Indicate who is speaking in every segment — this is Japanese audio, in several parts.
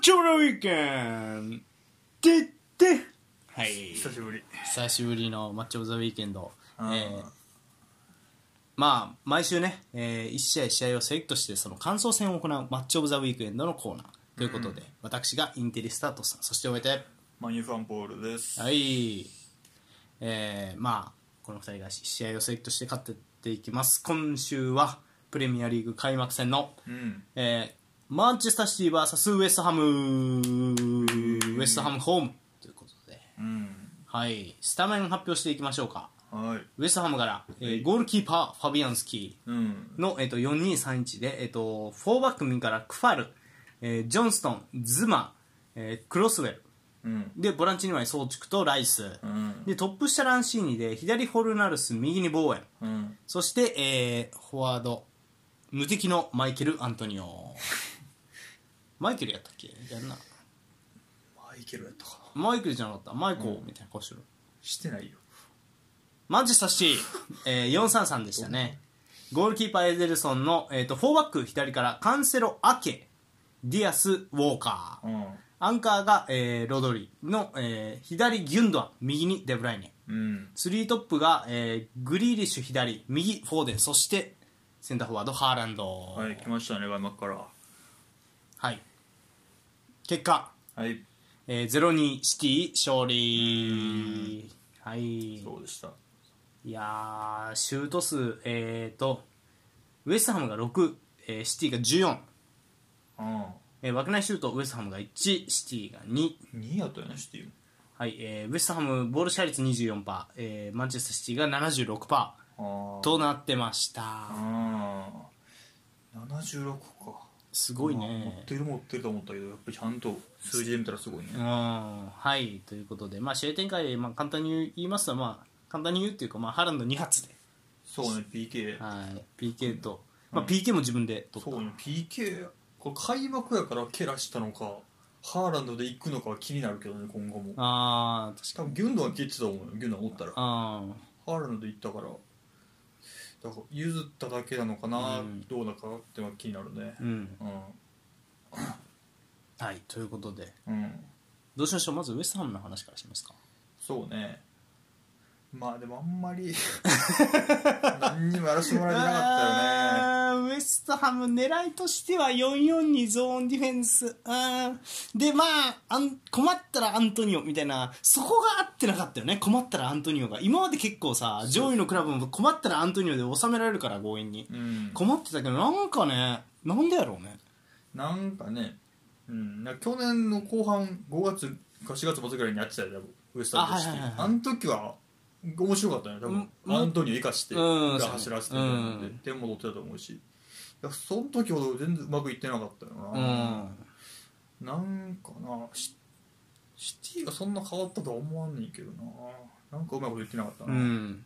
Speaker 1: ちょうどウィーケンてって
Speaker 2: はい
Speaker 3: 久しぶり
Speaker 2: 久しぶりのマッチョ・オブ・ザ・ウィーケンド、え
Speaker 3: ん
Speaker 2: ーまあ毎週ね、え1試合試合をセレクトしてその感想戦を行うマッチ・オブ・ザ・ウィークエンドのコーナーということで、私がインテリスタートさんそしておめで
Speaker 3: マニュファンポールです
Speaker 2: はいえーまあこの2人が試合をセレクトして勝ってっていきます今週はプレミアリーグ開幕戦の、
Speaker 3: うん
Speaker 2: えーマンチェスターシティ VS ウエストハム、ウエストハムホームということで、
Speaker 3: うん
Speaker 2: はい、スタメン発表していきましょうか
Speaker 3: はい
Speaker 2: ウエストハムから、えーゴールキーパーファビアンスキ
Speaker 3: うん
Speaker 2: ーの、えー、と4231で、えー、と4バック右からクファル、えージョンストンズマ、えークロスウェル
Speaker 3: うん
Speaker 2: でボランチ2枚ソーチクとライス
Speaker 3: うん
Speaker 2: でトップ下ランシーニで左ホルナルス右にボーエン
Speaker 3: うん
Speaker 2: そして、えーフォワード無敵のマイケル・アントニ オマイケルやったっけやんな
Speaker 3: マイケルやったかな
Speaker 2: マイケルじゃなかったマイコーみたいな顔してる、
Speaker 3: してないよ
Speaker 2: マンチェスターシティ、えー、433でしたね。ゴールキーパーエゼルソンの、えー、と4バック左からカンセロ・アケ、ディアス・ウォーカー。
Speaker 3: うん
Speaker 2: アンカーが、えーロドリの、えー左ギュンドアン、右にデブライネ。
Speaker 3: うん
Speaker 2: スリートップが、えーグリーリッシュ左、右フォーデン、そしてセンターフォワードハーランド。
Speaker 3: はい来ましたね開幕から
Speaker 2: はい結果、
Speaker 3: はい
Speaker 2: えー、0-2シティ勝利。はい。
Speaker 3: そうでした
Speaker 2: いやー、シュート数、えーと、ウエストハムが6、えーシティが14、
Speaker 3: うん
Speaker 2: えー枠内シュート、ウエストハムが1、シティが2、
Speaker 3: 2位やったよねシティも
Speaker 2: はいえーウエストハム、ボール支配率24%、えーマンチェスターシティが76%
Speaker 3: ああ
Speaker 2: となってました。
Speaker 3: ああ76か
Speaker 2: すごい
Speaker 3: 持っ
Speaker 2: ね
Speaker 3: て。る持ってると思ったけどやっぱりちゃんと数字で見たらすごいね
Speaker 2: うん、はい、ということで、まあ、試合展開、まあ、簡単に言いますと、まあ、簡単に言うっていうか、まあ、ハランド2発で、
Speaker 3: そうね PK
Speaker 2: はい、PK と、まあ、PK も自分で取った。
Speaker 3: そうね PK これ開幕やから蹴らしたのかハーランドで行くのかは気になるけどね今後も
Speaker 2: あー、確か
Speaker 3: 多分ギュンドアン蹴ってたと思うよギュンドアンおったらハ
Speaker 2: あー
Speaker 3: ーランドで行ったからだから譲っただけなのかな、
Speaker 2: うん
Speaker 3: どうだかってのは気になるね
Speaker 2: うん。
Speaker 3: うん
Speaker 2: はい、ということで、
Speaker 3: うん、
Speaker 2: どうしましょう、まずウエストハムの話からしますか。
Speaker 3: そうねまあでもあんまり 何にもやらせてもらえてなかったよね
Speaker 2: ウエストハム、狙いとしては442ゾーンディフェンス、あーで、まああん、困ったらアントニオみたいな、そこが合ってなかったよね、困ったらアントニオが、今まで結構さ、上位のクラブも困ったらアントニオで収められるから、強引に、
Speaker 3: うん
Speaker 2: 困ってたけど、なんかね、なんでやろうね、
Speaker 3: なんかね、うん、なんか去年の後半5月か4月末ぐらいにやってたよ多分ウエストハムとして
Speaker 2: あはいはいはい
Speaker 3: あの時は面白かったね多分、
Speaker 2: うん
Speaker 3: アントニオ生かして
Speaker 2: うん
Speaker 3: 裏走らせてみたいなんで
Speaker 2: うん
Speaker 3: 点も取ってたと思うしいやその時ほど全然うまくいってなかったよ
Speaker 2: う
Speaker 3: な、
Speaker 2: ん、
Speaker 3: なんかなシシティがそんな変わったとは思わんねんけどななんかうまいこと言ってなかった
Speaker 2: う
Speaker 3: な、
Speaker 2: ん、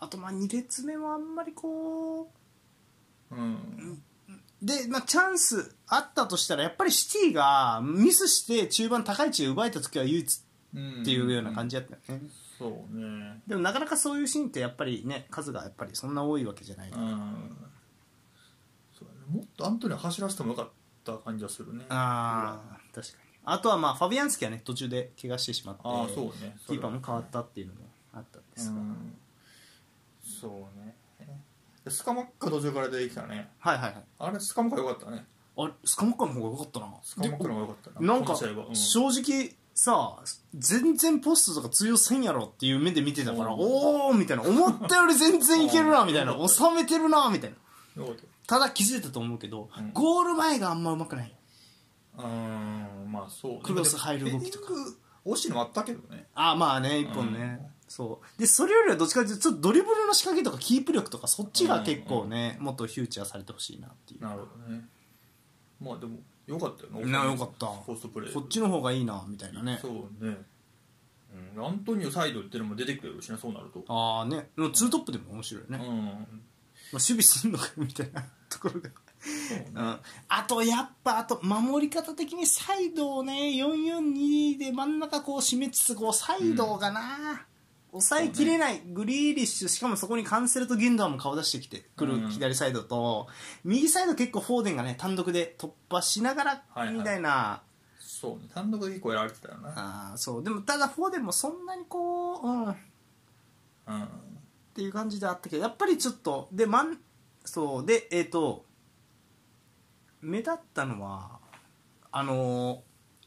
Speaker 2: あと、まあ、2列目もあんまりこう、
Speaker 3: うん
Speaker 2: で、まあ、チャンスあったとしたらやっぱりシティがミスして中盤高い位置で奪えた時は唯一
Speaker 3: うん
Speaker 2: っていうような感じだったよね、
Speaker 3: そうね
Speaker 2: でもなかなかそういうシーンってやっぱりね数がやっぱりそんな多いわけじゃない、
Speaker 3: うんそうだねもっとアントニオ走らせてもよかった感じはするね
Speaker 2: ああ確かにあとはまあファビアンスキはね途中で怪我してしまって
Speaker 3: ああそうね
Speaker 2: キーパーも変わったたっていうのもあったんです
Speaker 3: う
Speaker 2: が、
Speaker 3: んそうねでスカマッカ途中から出てきたね
Speaker 2: はいはいはい
Speaker 3: あれスカマッカ良かったね
Speaker 2: あれスカモッカの方が良かったな
Speaker 3: スカマッカの方が良かった
Speaker 2: なんか
Speaker 3: この試合はうん
Speaker 2: 正直さ全然ポストとか通用せんやろっていう目で見てたから
Speaker 3: うん
Speaker 2: おおーみたいな思ったより全然いけるなみたいな
Speaker 3: うん
Speaker 2: 収めてるなみたいな
Speaker 3: 良かった
Speaker 2: ただ気づいたと思うけど、
Speaker 3: うん
Speaker 2: ゴール前があんまうまくない
Speaker 3: うんまあそうね
Speaker 2: クロス入る動きとか
Speaker 3: ヘディング惜しいのあったけどね
Speaker 2: あまあね一本ね、そうでそれよりはどっちかというとちょっとドリブルの仕掛けとかキープ力とかそっちが結構ね、もっとフューチャーされてほしいなっていう
Speaker 3: なるほどねまあでも良かったよね
Speaker 2: な良かった
Speaker 3: ポストプレー
Speaker 2: こっちの方がいいなみたいなね
Speaker 3: そうねうんアントニオサイドっていうのも出てくるしねそうなると
Speaker 2: ああねでもツートップでも面白いよね、
Speaker 3: う
Speaker 2: まあ、
Speaker 3: ん
Speaker 2: 守備すんのかみたいなところが
Speaker 3: そうね
Speaker 2: うんあとやっぱあと守り方的にサイドをね442で真ん中こう締めつつこうサイドがな、抑えきれない、グリーリッシュしかもそこにカンセルとギュンドアンも顔出してきてく
Speaker 3: う
Speaker 2: る
Speaker 3: ん
Speaker 2: 左サイドと、右サイド結構フォーデンがね単独で突破しなが
Speaker 3: はい
Speaker 2: ら
Speaker 3: はい
Speaker 2: みたいな、
Speaker 3: そうね単独で結構やられてたよな
Speaker 2: あーそうでもただフォーデンもそんなにこう、うん、
Speaker 3: うん
Speaker 2: っていう感じであったけどやっぱりちょっとでまんそうでえっ、と目立ったのはあのー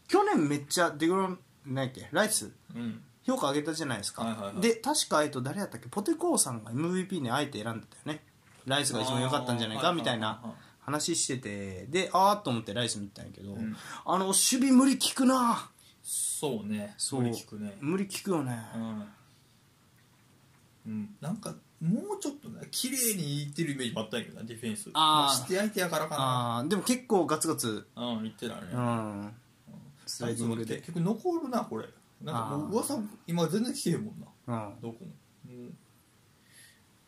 Speaker 2: 去年めっちゃデグロンなんやっけライス
Speaker 3: うん
Speaker 2: 評価上げたじゃないですか、
Speaker 3: はいはいはい
Speaker 2: で確か、えっと、誰やったっけポテコーさんが MVP にあえて選んでたよねライスが一番良かったんじゃない
Speaker 3: あ
Speaker 2: か
Speaker 3: ー
Speaker 2: みたい
Speaker 3: は
Speaker 2: な
Speaker 3: は
Speaker 2: 話しててでああと思ってライス見たんやけど、
Speaker 3: ん
Speaker 2: あの守備無理効くな
Speaker 3: そうね
Speaker 2: そう
Speaker 3: 無理聞くね
Speaker 2: 無理効くよね、
Speaker 3: うん、うん、なんかもうちょっとね綺麗にいってるイメージもあったんやけどなディフェンス
Speaker 2: あー
Speaker 3: まして相手やからか
Speaker 2: ああでも結構ガツガツ
Speaker 3: なうんいってたね
Speaker 2: う、んスライディングで
Speaker 3: 結局残るなこれなんかもう噂今全然聞けへんもんな
Speaker 2: うん
Speaker 3: どこももう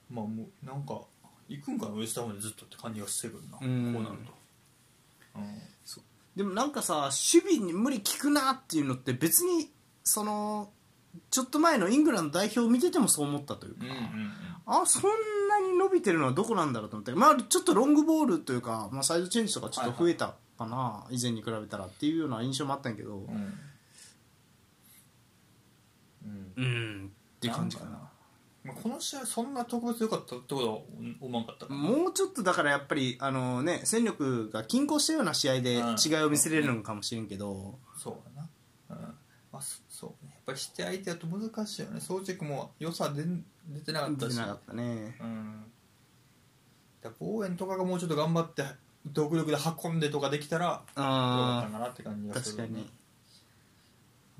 Speaker 3: まあもうなんか行くんかなウエスタンまでずっとって感じがしてくるなこう
Speaker 2: うん
Speaker 3: なるとうん
Speaker 2: でもなんかさ守備に無理効くなっていうのって別にそのちょっと前のイングランド代表を見ててもそう思ったというか、
Speaker 3: うんうん
Speaker 2: あそんなに伸びてるのはどこなんだろうと思って、まあ、ちょっとロングボールというか、まあ、サイドチェンジとかちょっと増えたかな、以前に比べたらっていうような印象もあったんやけど
Speaker 3: うんうんうん
Speaker 2: うんっていう感じかな
Speaker 3: まあ、この試合そんな特別良かったってことは思わんかったかな
Speaker 2: もうちょっとだからやっぱりあの、ね、戦力が均衡したような試合で
Speaker 3: うん
Speaker 2: 違いを見せれるのかもしれんけど、
Speaker 3: そうだなうんまあそそうねやっぱりして相手だと難しいよね装着も良さ出ん出てなかった
Speaker 2: 出
Speaker 3: して
Speaker 2: なかったね
Speaker 3: うんだからボーエンとかがもうちょっと頑張って独力で運んでとかできたら良かった
Speaker 2: あ
Speaker 3: かなって感じ
Speaker 2: ー
Speaker 3: がす
Speaker 2: 確か
Speaker 3: るよね
Speaker 2: に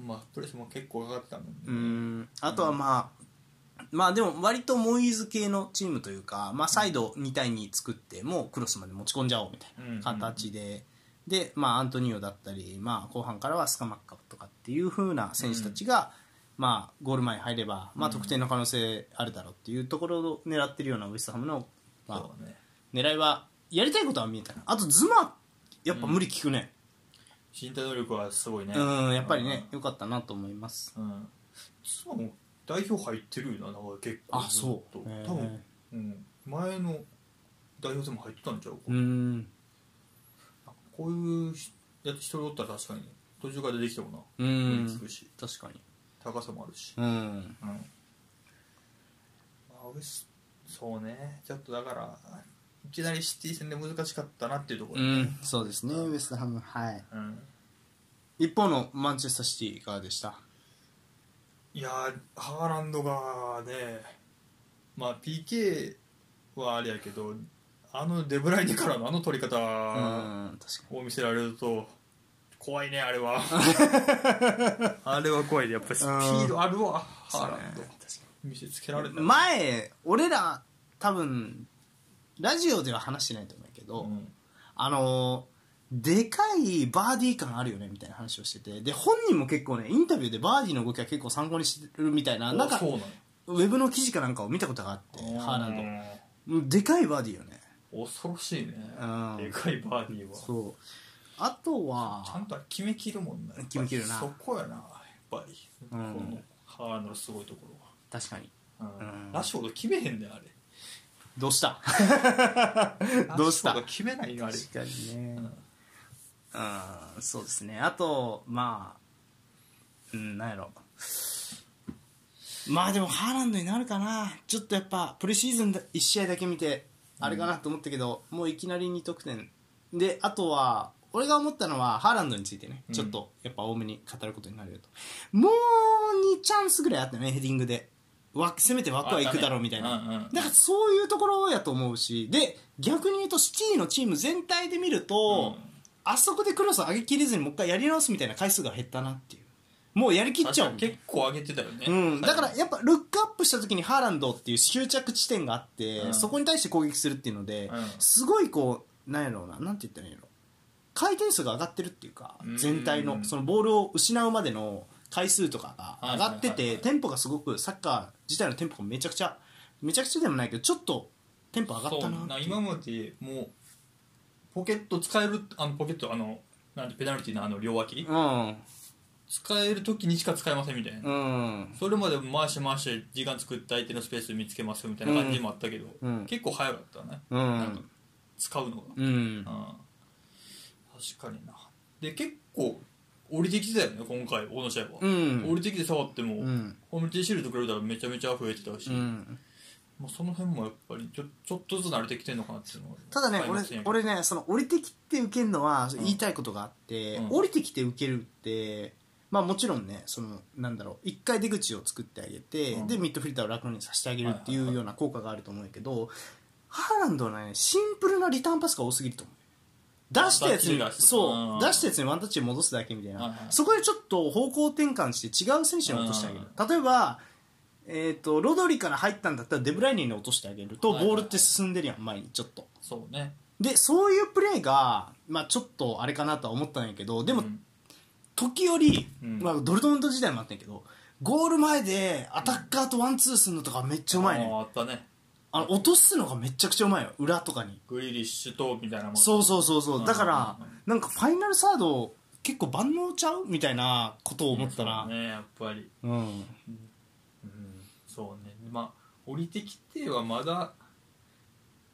Speaker 3: まあプレスも結構かかったもんね
Speaker 2: うんあとはまあ、まあでも割とモイーズ系のチームというか、まあ、サイド2対2作ってもうクロスまで持ち込んじゃおうみたいな形で、で、まあ、アントニオだったり、まあ、後半からはスカマッカとかっていう風な選手たちが、まあ、ゴール前に入れば、まあ、得点の可能性あるだろうっていうところを狙ってるようなウエストハムの、ま
Speaker 3: そうね
Speaker 2: あ、狙いはやりたいことは見えたなあとズマやっぱ無理効くね、
Speaker 3: 身体能力はすごいね
Speaker 2: うん、やっぱりね良かったなと思います
Speaker 3: うん実はもう代表入ってるよなだから結構
Speaker 2: あそう
Speaker 3: ずっと
Speaker 2: へー
Speaker 3: 多分、うん、前の代表戦も入ってたんちゃうか、
Speaker 2: うん
Speaker 3: こういうひやつ一人おったら確かに途中から出てきてもな
Speaker 2: う
Speaker 3: 目
Speaker 2: ん
Speaker 3: につくし
Speaker 2: 確かに
Speaker 3: 高さもあるし、
Speaker 2: うん
Speaker 3: うんまあ、ウエスそうねちょっとだからいきなりシティ戦で難しかったなっていうところ、
Speaker 2: うん、そうですね、ウエストハム、はい。
Speaker 3: うん
Speaker 2: 一方のマンチェスターシティ、いかがでした
Speaker 3: いやーハーランドがねまあ PK はあれやけどあのデブライネからのあの取り方
Speaker 2: う
Speaker 3: を
Speaker 2: ん、確か
Speaker 3: 見せられると怖いねあれ はあれは怖いねやっぱスピードあるわハーランド見せつけられ
Speaker 2: に。
Speaker 3: た
Speaker 2: 前、俺ら、多分、ラジオでは話してないと思うけど、
Speaker 3: うん
Speaker 2: あのー、でかいバーディー感あるよねみたいな話をしててで本人も結構ねインタビューでバーディーの動きは結構参考にしてるみたいななん
Speaker 3: あ
Speaker 2: か
Speaker 3: そうな
Speaker 2: ウェブの記事かなんかを見たことがあって
Speaker 3: の
Speaker 2: ハーランドうんでかいバーディーよね
Speaker 3: ド恐ろしいね
Speaker 2: うん
Speaker 3: でかいバーディーは
Speaker 2: そうあと
Speaker 3: ちゃ
Speaker 2: は
Speaker 3: んと決めきるもんなやっぱり
Speaker 2: 決めきるな
Speaker 3: そこやなやっぱり
Speaker 2: う
Speaker 3: こ
Speaker 2: ん
Speaker 3: のハーランドのすごいところは
Speaker 2: 確かに
Speaker 3: うん
Speaker 2: うん
Speaker 3: ラッシュフォード決めへんねんあれ
Speaker 2: どうした どうした
Speaker 3: ラッシュフォード決めないのあれ
Speaker 2: 確かにねうんそうですねあとまあうんなんやろまあでもハーランドになるかなちょっとやっぱプレシーズン1試合だけ見てあれかなと思ったけど、もういきなり2得点であとは俺が思ったのはハーランドについてね、
Speaker 3: うん
Speaker 2: ちょっとやっぱ多めに語ることになるよともう2チャンスぐらいあったよねヘディングでわせめて枠はいくだろうみたいな、
Speaker 3: あったねうんうん
Speaker 2: だからそういうところやと思うしで逆に言うとシティのチーム全体で見ると、
Speaker 3: うん
Speaker 2: あそこでクロス上げきれずにもう一回やり直すみたいな回数が減ったなっていうもうやりきっちゃう
Speaker 3: 確かに結構上げてたよね
Speaker 2: うん、だからやっぱルックアップした時にハーランドっていう執着地点があって、
Speaker 3: うん
Speaker 2: そこに対して攻撃するっていうので、
Speaker 3: うん
Speaker 2: すごいこうなんやろうななんて言ったらいいんやろ回転数が上がってるっていうか
Speaker 3: うん
Speaker 2: 全体のそのボールを失うまでの回数とかが上がって
Speaker 3: はいはいはい
Speaker 2: て
Speaker 3: はい
Speaker 2: テンポがすごくサッカー自体のテンポがめちゃくちゃめちゃくちゃでもないけどちょっとテンポ上がっ
Speaker 3: そ
Speaker 2: た
Speaker 3: う
Speaker 2: なって
Speaker 3: な
Speaker 2: いう
Speaker 3: 今までもうポケット使えるあのポケットあのなんてペナルティーのあの両脇
Speaker 2: うん
Speaker 3: 使える時にしか使えませんみたいな、
Speaker 2: うん
Speaker 3: それまで回して回して時間作って相手のスペース見つけますみたいな感じもあったけど、
Speaker 2: うん
Speaker 3: 結構早かったね
Speaker 2: う
Speaker 3: なんか
Speaker 2: ん
Speaker 3: 使うのが、うん
Speaker 2: うん
Speaker 3: 確かになで結構降りてきてたよね今回小野試合は、
Speaker 2: うん
Speaker 3: 降りてきて触っても、
Speaker 2: うん
Speaker 3: ホームティーシールドくれたらめちゃめちゃ増えてたし、
Speaker 2: うん
Speaker 3: まあ、その辺もやっぱりちょちょっとずつ慣れてきてんのかなっていうのは
Speaker 2: ただね
Speaker 3: あり
Speaker 2: 俺
Speaker 3: ますね
Speaker 2: 俺ねその降りてきて受けるのは言いたいことがあって、
Speaker 3: うん
Speaker 2: 降りてきて受けるってまあもちろんねそのなんだろう一回出口を作ってあげて、
Speaker 3: うん
Speaker 2: でミッドフィルダーを楽にさせてあげるって
Speaker 3: はい
Speaker 2: い
Speaker 3: は
Speaker 2: う
Speaker 3: い
Speaker 2: ような効果があると思うけどハーランドはねシンプルなリターンパスが多すぎると思う出したやつに
Speaker 3: ワンタッチで出す
Speaker 2: そううん出したやつにワンタッチで戻すだけみたい
Speaker 3: はいは
Speaker 2: ないそこでちょっと方向転換して違う選手に落としてあげる例えばえー、とロドリから入ったんだったらデブライネに落としてあげると
Speaker 3: はいはい
Speaker 2: ボールって進んでるやん前にちょっと
Speaker 3: そうね
Speaker 2: でそういうプレーが、まあ、ちょっとあれかなとは思ったんやけどでも
Speaker 3: うん
Speaker 2: 時折、
Speaker 3: うん
Speaker 2: まあ、ドルトムント時代もあったんやけどゴール前でアタッカーとワンツーするのとかめっちゃうまい
Speaker 3: あ
Speaker 2: ね
Speaker 3: ーあったね
Speaker 2: あの落とすのがめちゃくちゃうまいよ裏とかに
Speaker 3: グリリッシュとみたいなもん
Speaker 2: そうそうそうそうだから
Speaker 3: うんうん
Speaker 2: なんかファイナルサード結構万能ちゃうみたいなことを思ったら
Speaker 3: そうねやっぱり
Speaker 2: うん
Speaker 3: うんそうねまあ降りてきてはまだ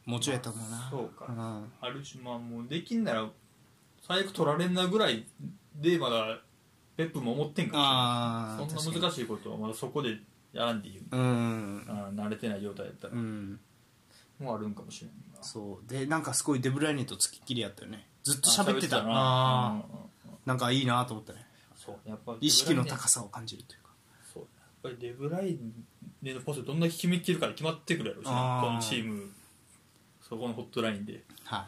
Speaker 2: もうちょいやったもんな
Speaker 3: そうか
Speaker 2: ん
Speaker 3: あるしまあもうできんなら最悪取られんなぐらいでまだペップも思ってんか
Speaker 2: あ
Speaker 3: ら
Speaker 2: あ
Speaker 3: そんな難しいことはまだそこでやらんでいい、
Speaker 2: うん
Speaker 3: あー慣れてない状態やったら、
Speaker 2: うん
Speaker 3: もうあるんかもしれんな
Speaker 2: そうでなんかすごいデブライネとつきっきりやったよねずっと喋ってた
Speaker 3: あー喋
Speaker 2: あー
Speaker 3: うんうんうん
Speaker 2: なんかいいなと思ったね
Speaker 3: そうやっぱ
Speaker 2: 意識の高さを感じるというか
Speaker 3: そうやっぱりデブライネのパスどんだけ決めきるかで決まってくるやろうしな
Speaker 2: あー
Speaker 3: このチームそこのホットラインで
Speaker 2: は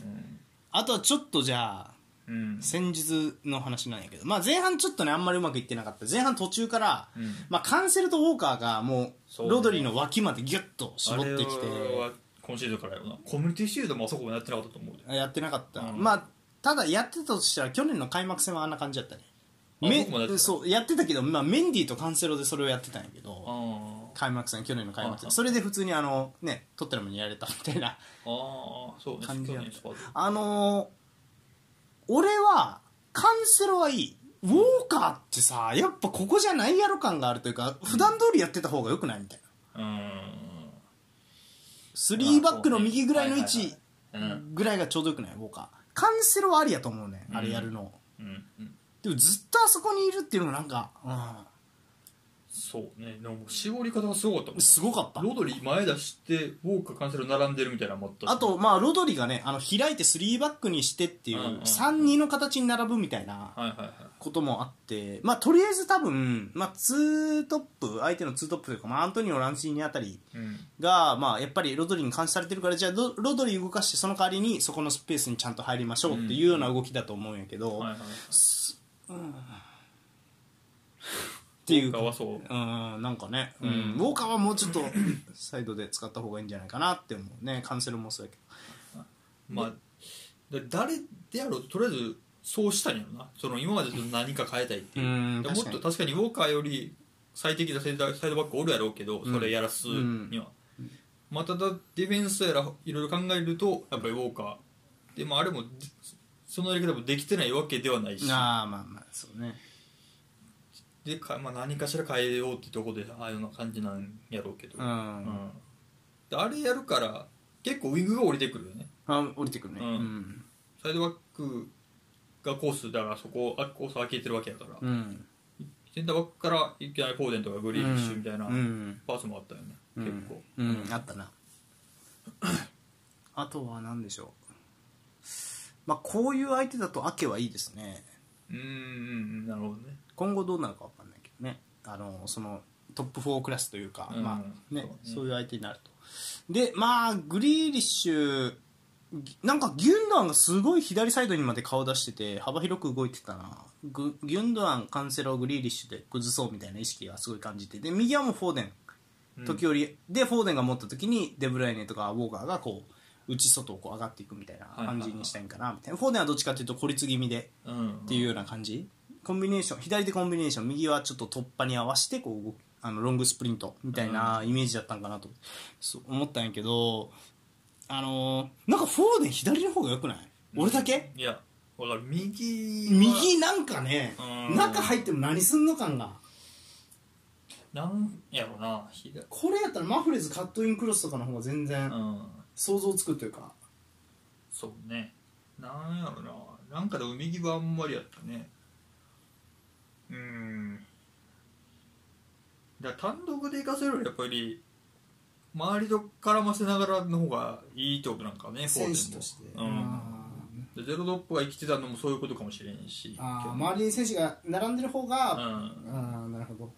Speaker 2: い
Speaker 3: うん、
Speaker 2: あとはちょっとじゃあ
Speaker 3: うん
Speaker 2: 戦術の話なんやけど、まあ、前半ちょっとねあんまりうまくいってなかった前半途中から、
Speaker 3: うん
Speaker 2: まあ、カンセルとウォーカーがも
Speaker 3: そう
Speaker 2: う
Speaker 3: ね
Speaker 2: ロドリの脇までギュッと絞ってきて
Speaker 3: あれは今シーズンからやろうなコミュニティシールドもあそこもやってなかったと思うで
Speaker 2: やってなかった、
Speaker 3: うん
Speaker 2: まあただやってたとしたら去年の開幕戦はあんな感じだったね
Speaker 3: あ
Speaker 2: め
Speaker 3: 僕もやってた
Speaker 2: そうやってたけど、まあ、メンディーとカンセロでそれをやってたんやけど、
Speaker 3: あ
Speaker 2: 開幕戦去年の開幕
Speaker 3: あ
Speaker 2: 戦
Speaker 3: あ
Speaker 2: それで普通にあのねトッテナムにやられたみたいな
Speaker 3: あああそうね
Speaker 2: 感じやった
Speaker 3: 去年スパーズ
Speaker 2: あのー俺はカンセロはいいウォーカーってさやっぱここじゃないやろ感があるというか普段通りやってた方がよくないみたいな
Speaker 3: うん
Speaker 2: 3バックの右ぐらいの位置
Speaker 3: はいはいはい
Speaker 2: ぐらいがちょうどよくないウォーカーカンセロはありやと思うねあれやるの、
Speaker 3: うんうん
Speaker 2: でもずっとあそこにいるっていうのがなんか、
Speaker 3: そうねでも絞り方がすごかったも
Speaker 2: うんん、すごかった
Speaker 3: ロドリ前出してウォーカーカンセル並んでるみたいなのもあったし
Speaker 2: あと、まあ、ロドリがねあの開いて3バックにしてっていう
Speaker 3: うんうん
Speaker 2: 3-2の形に並ぶみたいな
Speaker 3: はいはいはい
Speaker 2: こともあって、まあ、とりあえず多分、まあ、ツートップ相手のツートップというか、まあ、アントニオ・ランチーニあたり
Speaker 3: うん
Speaker 2: が、まあ、やっぱりロドリに監視されてるからじゃあロロドリ動かしてその代わりにそこのスペースにちゃんと入りましょうっていうような動きだと思うんやけど、
Speaker 3: はい
Speaker 2: っ
Speaker 3: はいはい
Speaker 2: ていう
Speaker 3: ウォーカーはそう
Speaker 2: うんなんかね、うん
Speaker 3: うん
Speaker 2: ウォーカーはもうちょっとサイドで使った方がいいんじゃないかなって思うねカンセルもそうやけど
Speaker 3: まあだ誰でやろうととりあえずそうしたんやろなその今までと何か変えたいっていうう
Speaker 2: ーん
Speaker 3: だからもっと確かにウォーカーより最適なサイドサイドバックおるやろうけど
Speaker 2: ん
Speaker 3: それやらすには、まあ、ただディフェンスやらいろいろ考えるとやっぱりウォーカーでもあれもそのやり方もできてないわけではないし
Speaker 2: ああまあまあそうね
Speaker 3: でか、まあ、何かしら変えようってとこでああいうような感じなんやろうけど、
Speaker 2: うん、
Speaker 3: うんであれやるから結構ウィングが降りてくるよね
Speaker 2: あ降りてくるね
Speaker 3: う
Speaker 2: うんん
Speaker 3: サイドバックがコースだからそこあコース開けてるわけやから、
Speaker 2: うん
Speaker 3: センターバックからいきなりコーデンとかグリーリッシュみたいな
Speaker 2: うん
Speaker 3: パスもあったよね、結構、
Speaker 2: うん、あったなあとは何でしょうまあこういう相手だとアケはいいですね
Speaker 3: うんうんうんなるほどね
Speaker 2: 今後どうなるか分かんないけどねあのそのトップ4クラスというか、
Speaker 3: うん
Speaker 2: まあね
Speaker 3: そうね
Speaker 2: そういう相手になるとでまあグリーリッシュぎなんかギュンドアンがすごい左サイドにまで顔出してて幅広く動いてたなグギュンドアンカンセログリーリッシュで崩そうみたいな意識がすごい感じてで右はもうフォーデン
Speaker 3: うん
Speaker 2: 時折、でフォーデンが持った時にデブライネとかウォーガーがこう内外をこう上がっていくみたいな感じにしたいんかなみたいな、フォーデンはどっちかというと孤立気味で
Speaker 3: うん
Speaker 2: っていうような感じ、コンビネーション左手コンビネーション右はちょっと突破に合わせてこう動くあのロングスプリントみたいなイメージだったんかなと、そう思ったんやけどあのーなんかフォーデン左の方が良くない、俺だけ
Speaker 3: いやわかる右は
Speaker 2: 右なんかね
Speaker 3: うん
Speaker 2: 中入っても何すんの感が
Speaker 3: なんやろな左
Speaker 2: これやったらマフレーズカットインクロスとかの方が全
Speaker 3: う
Speaker 2: 然
Speaker 3: ん
Speaker 2: 想像つくというか
Speaker 3: そうねなんやろななんかでも右はあんまりやったねうんだから単独で行かせるよりやっぱり周りと絡ませながらの方がいいってことなんかね
Speaker 2: 選手として、
Speaker 3: フォーデンもうん、でゼロドップが生きてたのもそういうことかもしれんし
Speaker 2: あー周りに選手が並んでる方
Speaker 3: う
Speaker 2: が、
Speaker 3: ん
Speaker 2: あーなるほど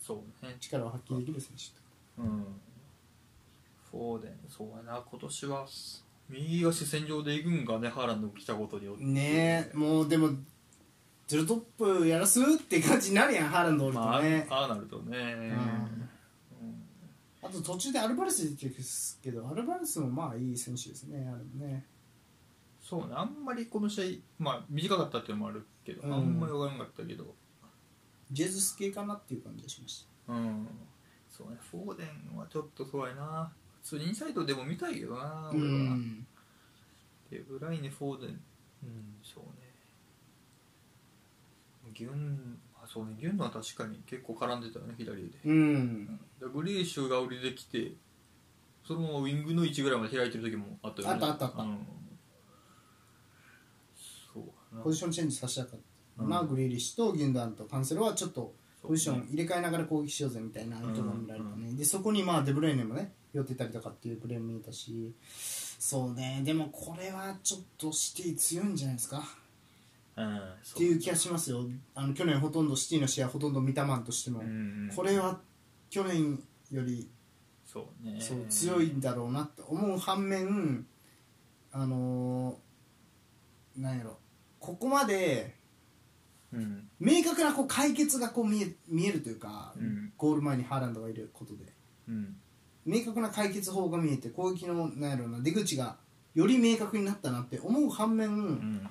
Speaker 3: そうね
Speaker 2: 力を発揮できる選手
Speaker 3: うんフォーデンそうやな今年は右足線上で行くんがねハーランド来たことによって
Speaker 2: ねえもうでもゼロトップやらすって感じになるやんハーランドおる
Speaker 3: ま
Speaker 2: とね、
Speaker 3: あ、ああなるとね、
Speaker 2: あ、と途中でアルバレス出てくるけどアルバレスもまあいい選手ですねあれもね
Speaker 3: そうねあんまりこの試合まあ短かったっていうのもあるけど、
Speaker 2: うん
Speaker 3: あんまり分からなかったけど
Speaker 2: ジェズス系かなっていう感じがしまし
Speaker 3: うんそうねフォーデンはちょっと怖いな普通にインサイドでも見たいけどな
Speaker 2: た
Speaker 3: 俺は、
Speaker 2: うん
Speaker 3: デブライネフォーデンうんそうねギュンあそうねギュンのは確かに結構絡んでたよね左で
Speaker 2: うん
Speaker 3: でグリーシュが降りてきてそのままウィングの位置ぐらいまで開いてる時もあったよね
Speaker 2: あったあったあった
Speaker 3: うん、そうやな
Speaker 2: ポジションチェンジさせたかったな、
Speaker 3: うん
Speaker 2: グリーリッシュとギュンダンとカンセロはちょっと
Speaker 3: そう
Speaker 2: ポジション入れ替えながら攻撃しようぜみたいな意図が見られたね、でそこにまあデブレイネもね寄ってたりとかっていうプレーも見えたしそうねでもこれはちょっとシティ強いんじゃないですか
Speaker 3: うん
Speaker 2: っていう気がしますよあの去年ほとんどシティの試合ほとんど見たマンとしても、
Speaker 3: うん
Speaker 2: これは去年より
Speaker 3: そうね
Speaker 2: そう強いんだろうなと思う反面あのーなんやろここまで
Speaker 3: うん
Speaker 2: 明確なこう解決がこう見え見えるというか、
Speaker 3: うん
Speaker 2: ゴール前にハーランドがいることで
Speaker 3: うん
Speaker 2: 明確な解決法が見えて攻撃のなんやろうな出口がより明確になったなって思う反面、
Speaker 3: うん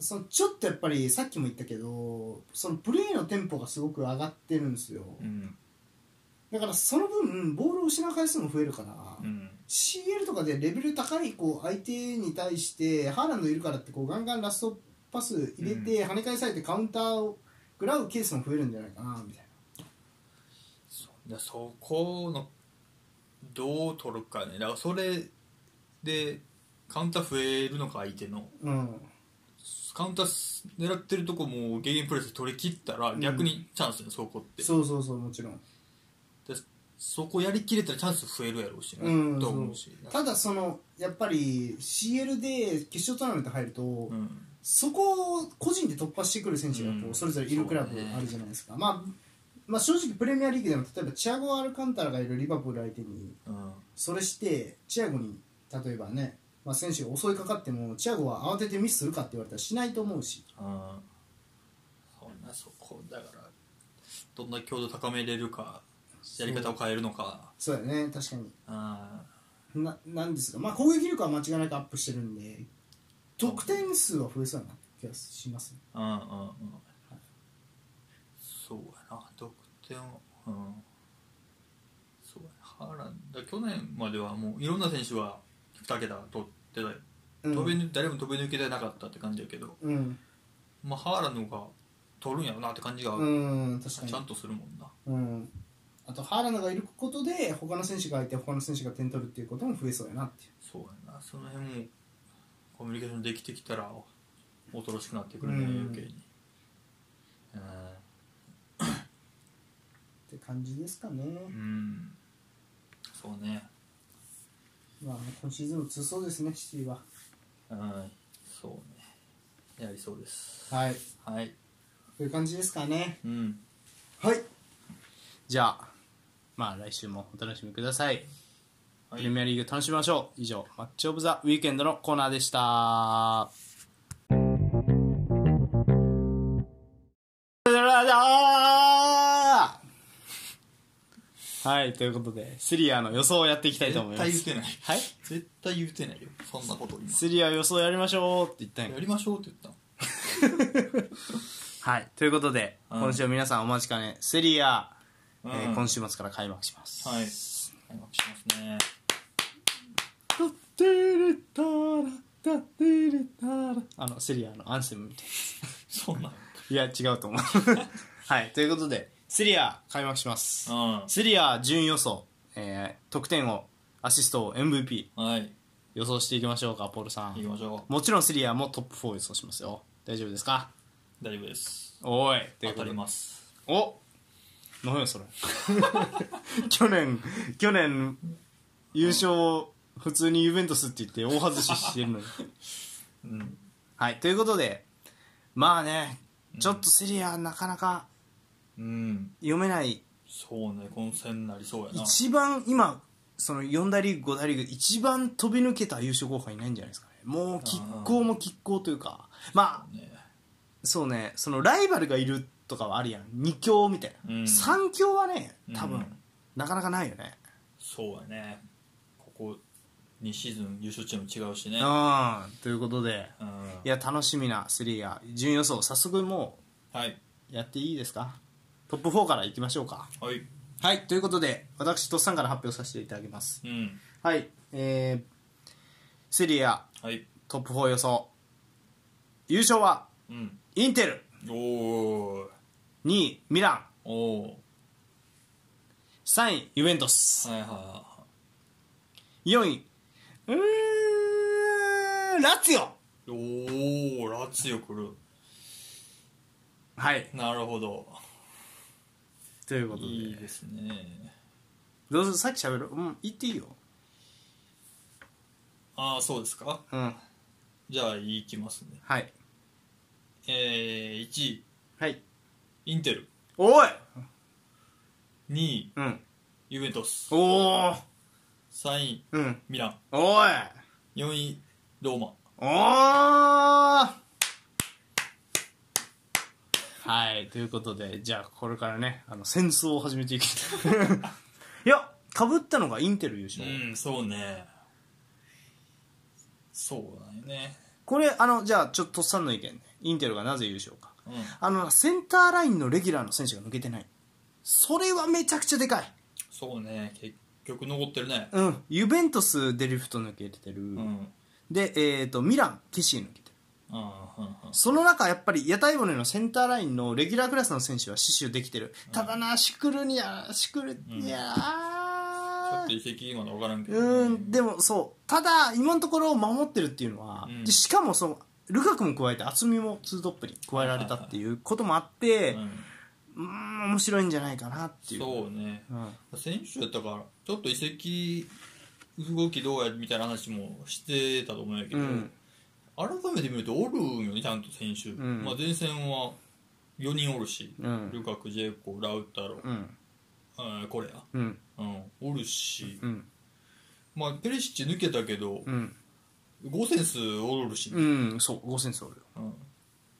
Speaker 2: そのちょっとやっぱりさっきも言ったけどそのプレーのテンポがすごく上がってるんですよ、
Speaker 3: うん
Speaker 2: だからその分ボールを失う回数も増えるから、
Speaker 3: うん
Speaker 2: CL とかでレベル高いこう相手に対してハーランドいるからってこうガンガンラストパス入れて跳ね返されてカウンターを食らうケースも増えるんじゃないかなみたい
Speaker 3: そうだそこのどう取るかねだからそれでカウンター増えるのか相手の
Speaker 2: な、うん、
Speaker 3: カウンター狙ってるとこもゲーゲンプレス取り切ったら
Speaker 2: うん
Speaker 3: 逆にチャンスね、そこって
Speaker 2: そうそうそうもちろん、
Speaker 3: でそこやりきれたらチャンス増えるやろうしね、
Speaker 2: うん、
Speaker 3: と
Speaker 2: そ
Speaker 3: 思う
Speaker 2: う
Speaker 3: し
Speaker 2: ただそのやっぱり CL で決勝トーナメント入ると、
Speaker 3: うん
Speaker 2: そこを個人で突破してくる選手がこ
Speaker 3: うん
Speaker 2: うそれぞれいるクラブあるじゃないですか、まあ、まあ正直プレミアリーグでも例えばチアゴ・アルカンタラがいるリバプール相手に
Speaker 3: うん
Speaker 2: それしてチアゴに例えばね、まあ、選手が襲いかかってもチアゴは慌ててミスするかって言われたらしないと思うし
Speaker 3: うんそんなそこだからどんな強度高めれるかやり方を変えるのか
Speaker 2: そうだよね確かに
Speaker 3: うん
Speaker 2: ななんですが、まあ、攻撃力は間違いなくアップしてるんで得点数は増えそうやなって気がしますね
Speaker 3: うんうんうんそうやな得点をうんそうやハーランドだ去年まではもういろんな選手が2桁取ってたよ
Speaker 2: うん
Speaker 3: 飛び抜誰も飛び抜けてなかったって感じやけど、
Speaker 2: うん、
Speaker 3: まあ、ハーランドが取るんやろなって感じが、
Speaker 2: うん、確かに
Speaker 3: ちゃんとするもんな
Speaker 2: うん、あとハーランドがいることで他の選手がいて他の選手が点取るっていうことも増えそうやなっていう
Speaker 3: そうやなその辺もコミュニケーションできてきたら恐ろしくなってくるね、
Speaker 2: うん
Speaker 3: 余計に
Speaker 2: って感じですかね、
Speaker 3: うん、うん、そうね
Speaker 2: まあ、今シーズンも強そうですねシティは
Speaker 3: うんそうねやりそうです
Speaker 2: はい
Speaker 3: はい
Speaker 2: という感じですかね
Speaker 3: うん
Speaker 2: はいじゃあまあ来週もお楽しみください、
Speaker 3: はい
Speaker 2: プレミアリーグ楽しみましょう以上マッチオブザウィーケンドのコーナーでしたはいということでセリアの予想をやっていきたいと思います
Speaker 3: 絶対言ってない
Speaker 2: はい
Speaker 3: 絶対言うてないよそんなこと今
Speaker 2: セリア予想やりましょうって言ったんや
Speaker 3: やりましょうって言っ
Speaker 2: はいということで、
Speaker 3: うん
Speaker 2: 今週皆さんお待ちかねセリア、
Speaker 3: たの
Speaker 2: えー今週末から開幕します
Speaker 3: はい開幕しますね
Speaker 2: タッテレタラタッテレタラあのセリアのアンセムみたい
Speaker 3: そうな
Speaker 2: ないや違う と思うはいということでセリア開幕します
Speaker 3: の
Speaker 2: セリア順位予想、えー得点王アシスト王 MVP
Speaker 3: うんはい
Speaker 2: 予想していきましょうかポールさ
Speaker 3: 行き
Speaker 2: ん
Speaker 3: ましょ
Speaker 2: もちろんセリアもトップ4予想しますよ大丈夫ですか
Speaker 3: う大丈夫です
Speaker 2: おいという
Speaker 3: 当
Speaker 2: こ
Speaker 3: た
Speaker 2: と
Speaker 3: り
Speaker 2: で
Speaker 3: ます
Speaker 2: お何やそれ 去年去年優勝普通にユベントスって言って大外ししてるのに
Speaker 3: うん
Speaker 2: はいということでまあねちょっとセリアなかなか
Speaker 3: うん
Speaker 2: 読めない
Speaker 3: そうね混戦になりそうやな
Speaker 2: 一番今その4大リーグ5大リーグ一番飛び抜けた優勝候補はいないんじゃないですかねもう拮抗も拮抗というかまあ
Speaker 3: ね
Speaker 2: そうねそのライバルがいるとかはあるやん2強みたいな、
Speaker 3: うん
Speaker 2: 三3強はね多分、
Speaker 3: うん
Speaker 2: なかなかないよね
Speaker 3: そうやねここ2シーズン優勝チーム違うしね
Speaker 2: うんということで
Speaker 3: うん
Speaker 2: いや楽しみなセリア順位予想早速も
Speaker 3: はい。
Speaker 2: うやっていいですかトップ4からいきましょうか
Speaker 3: はい。
Speaker 2: はいということで私とっさんから発表させていただきます
Speaker 3: うん。
Speaker 2: はいえーセリア
Speaker 3: はい。
Speaker 2: トップ4予想優勝は
Speaker 3: うん。
Speaker 2: インテル
Speaker 3: おお。
Speaker 2: 2位ミラン
Speaker 3: おお。
Speaker 2: 3位ユベントス
Speaker 3: はいはいは
Speaker 2: 4位うーんラツィオ
Speaker 3: い。おお、ラツィオ来る。
Speaker 2: はい
Speaker 3: なるほど。
Speaker 2: ということで
Speaker 3: いいですね。
Speaker 2: どうぞさっきしゃべるうん言っていいよ
Speaker 3: ああ、そうですか。
Speaker 2: うん
Speaker 3: じゃあ、いきますね。
Speaker 2: はい
Speaker 3: えー、1位、
Speaker 2: はい
Speaker 3: インテル。
Speaker 2: おい
Speaker 3: 2位、
Speaker 2: うん
Speaker 3: ユベントス。
Speaker 2: おお
Speaker 3: 3位、
Speaker 2: うん
Speaker 3: ミラン。
Speaker 2: おい
Speaker 3: 4位、ローマ。
Speaker 2: おーはいということでじゃあこれからねあの戦争を始めていきたい いやかぶったのがインテル優勝、
Speaker 3: うん、そうね。そうだよね。
Speaker 2: これあのじゃあちょっととっさんの意見ねインテルがなぜ優勝か
Speaker 3: うん。
Speaker 2: あのセンターラインのレギュラーの選手が抜けてないそれはめちゃくちゃでかい
Speaker 3: そうね。結局残ってるね。
Speaker 2: うんユベントスデリフト抜けてる、
Speaker 3: うん。
Speaker 2: でえっ、とミランケシー抜けてる
Speaker 3: うんうんうん
Speaker 2: その中やっぱり屋台骨のセンターラインのレギュラークラスの選手は死守できてるただなシクルにゃシクルに
Speaker 3: ちょ
Speaker 2: ゃ
Speaker 3: っと遺跡まで分からんけど、
Speaker 2: うんでもそうただ今のところ守ってるっていうのは、
Speaker 3: うん
Speaker 2: でしかもそのルカクも加えて厚みもツートップに加えられたっていうこともあって、
Speaker 3: うん
Speaker 2: うーん面白いんじゃないかなっていう
Speaker 3: そうね
Speaker 2: うん、
Speaker 3: 選手やったからちょっと遺跡動きどうやみたいな話もしてたと思うんやけ
Speaker 2: う
Speaker 3: ど、
Speaker 2: ん
Speaker 3: 改めて見るとおるんよねちゃんと選手、
Speaker 2: ん
Speaker 3: まあ、前線は4人おるし、
Speaker 2: うん
Speaker 3: ルカクジェイコラウタロ、
Speaker 2: うん
Speaker 3: えーコレ
Speaker 2: うん
Speaker 3: ア、うん、おるし、
Speaker 2: うん
Speaker 3: まあ、ペリシッチ抜けたけど、
Speaker 2: うん
Speaker 3: ゴセンスおるし、
Speaker 2: うんそうゴセンスおるよ
Speaker 3: うん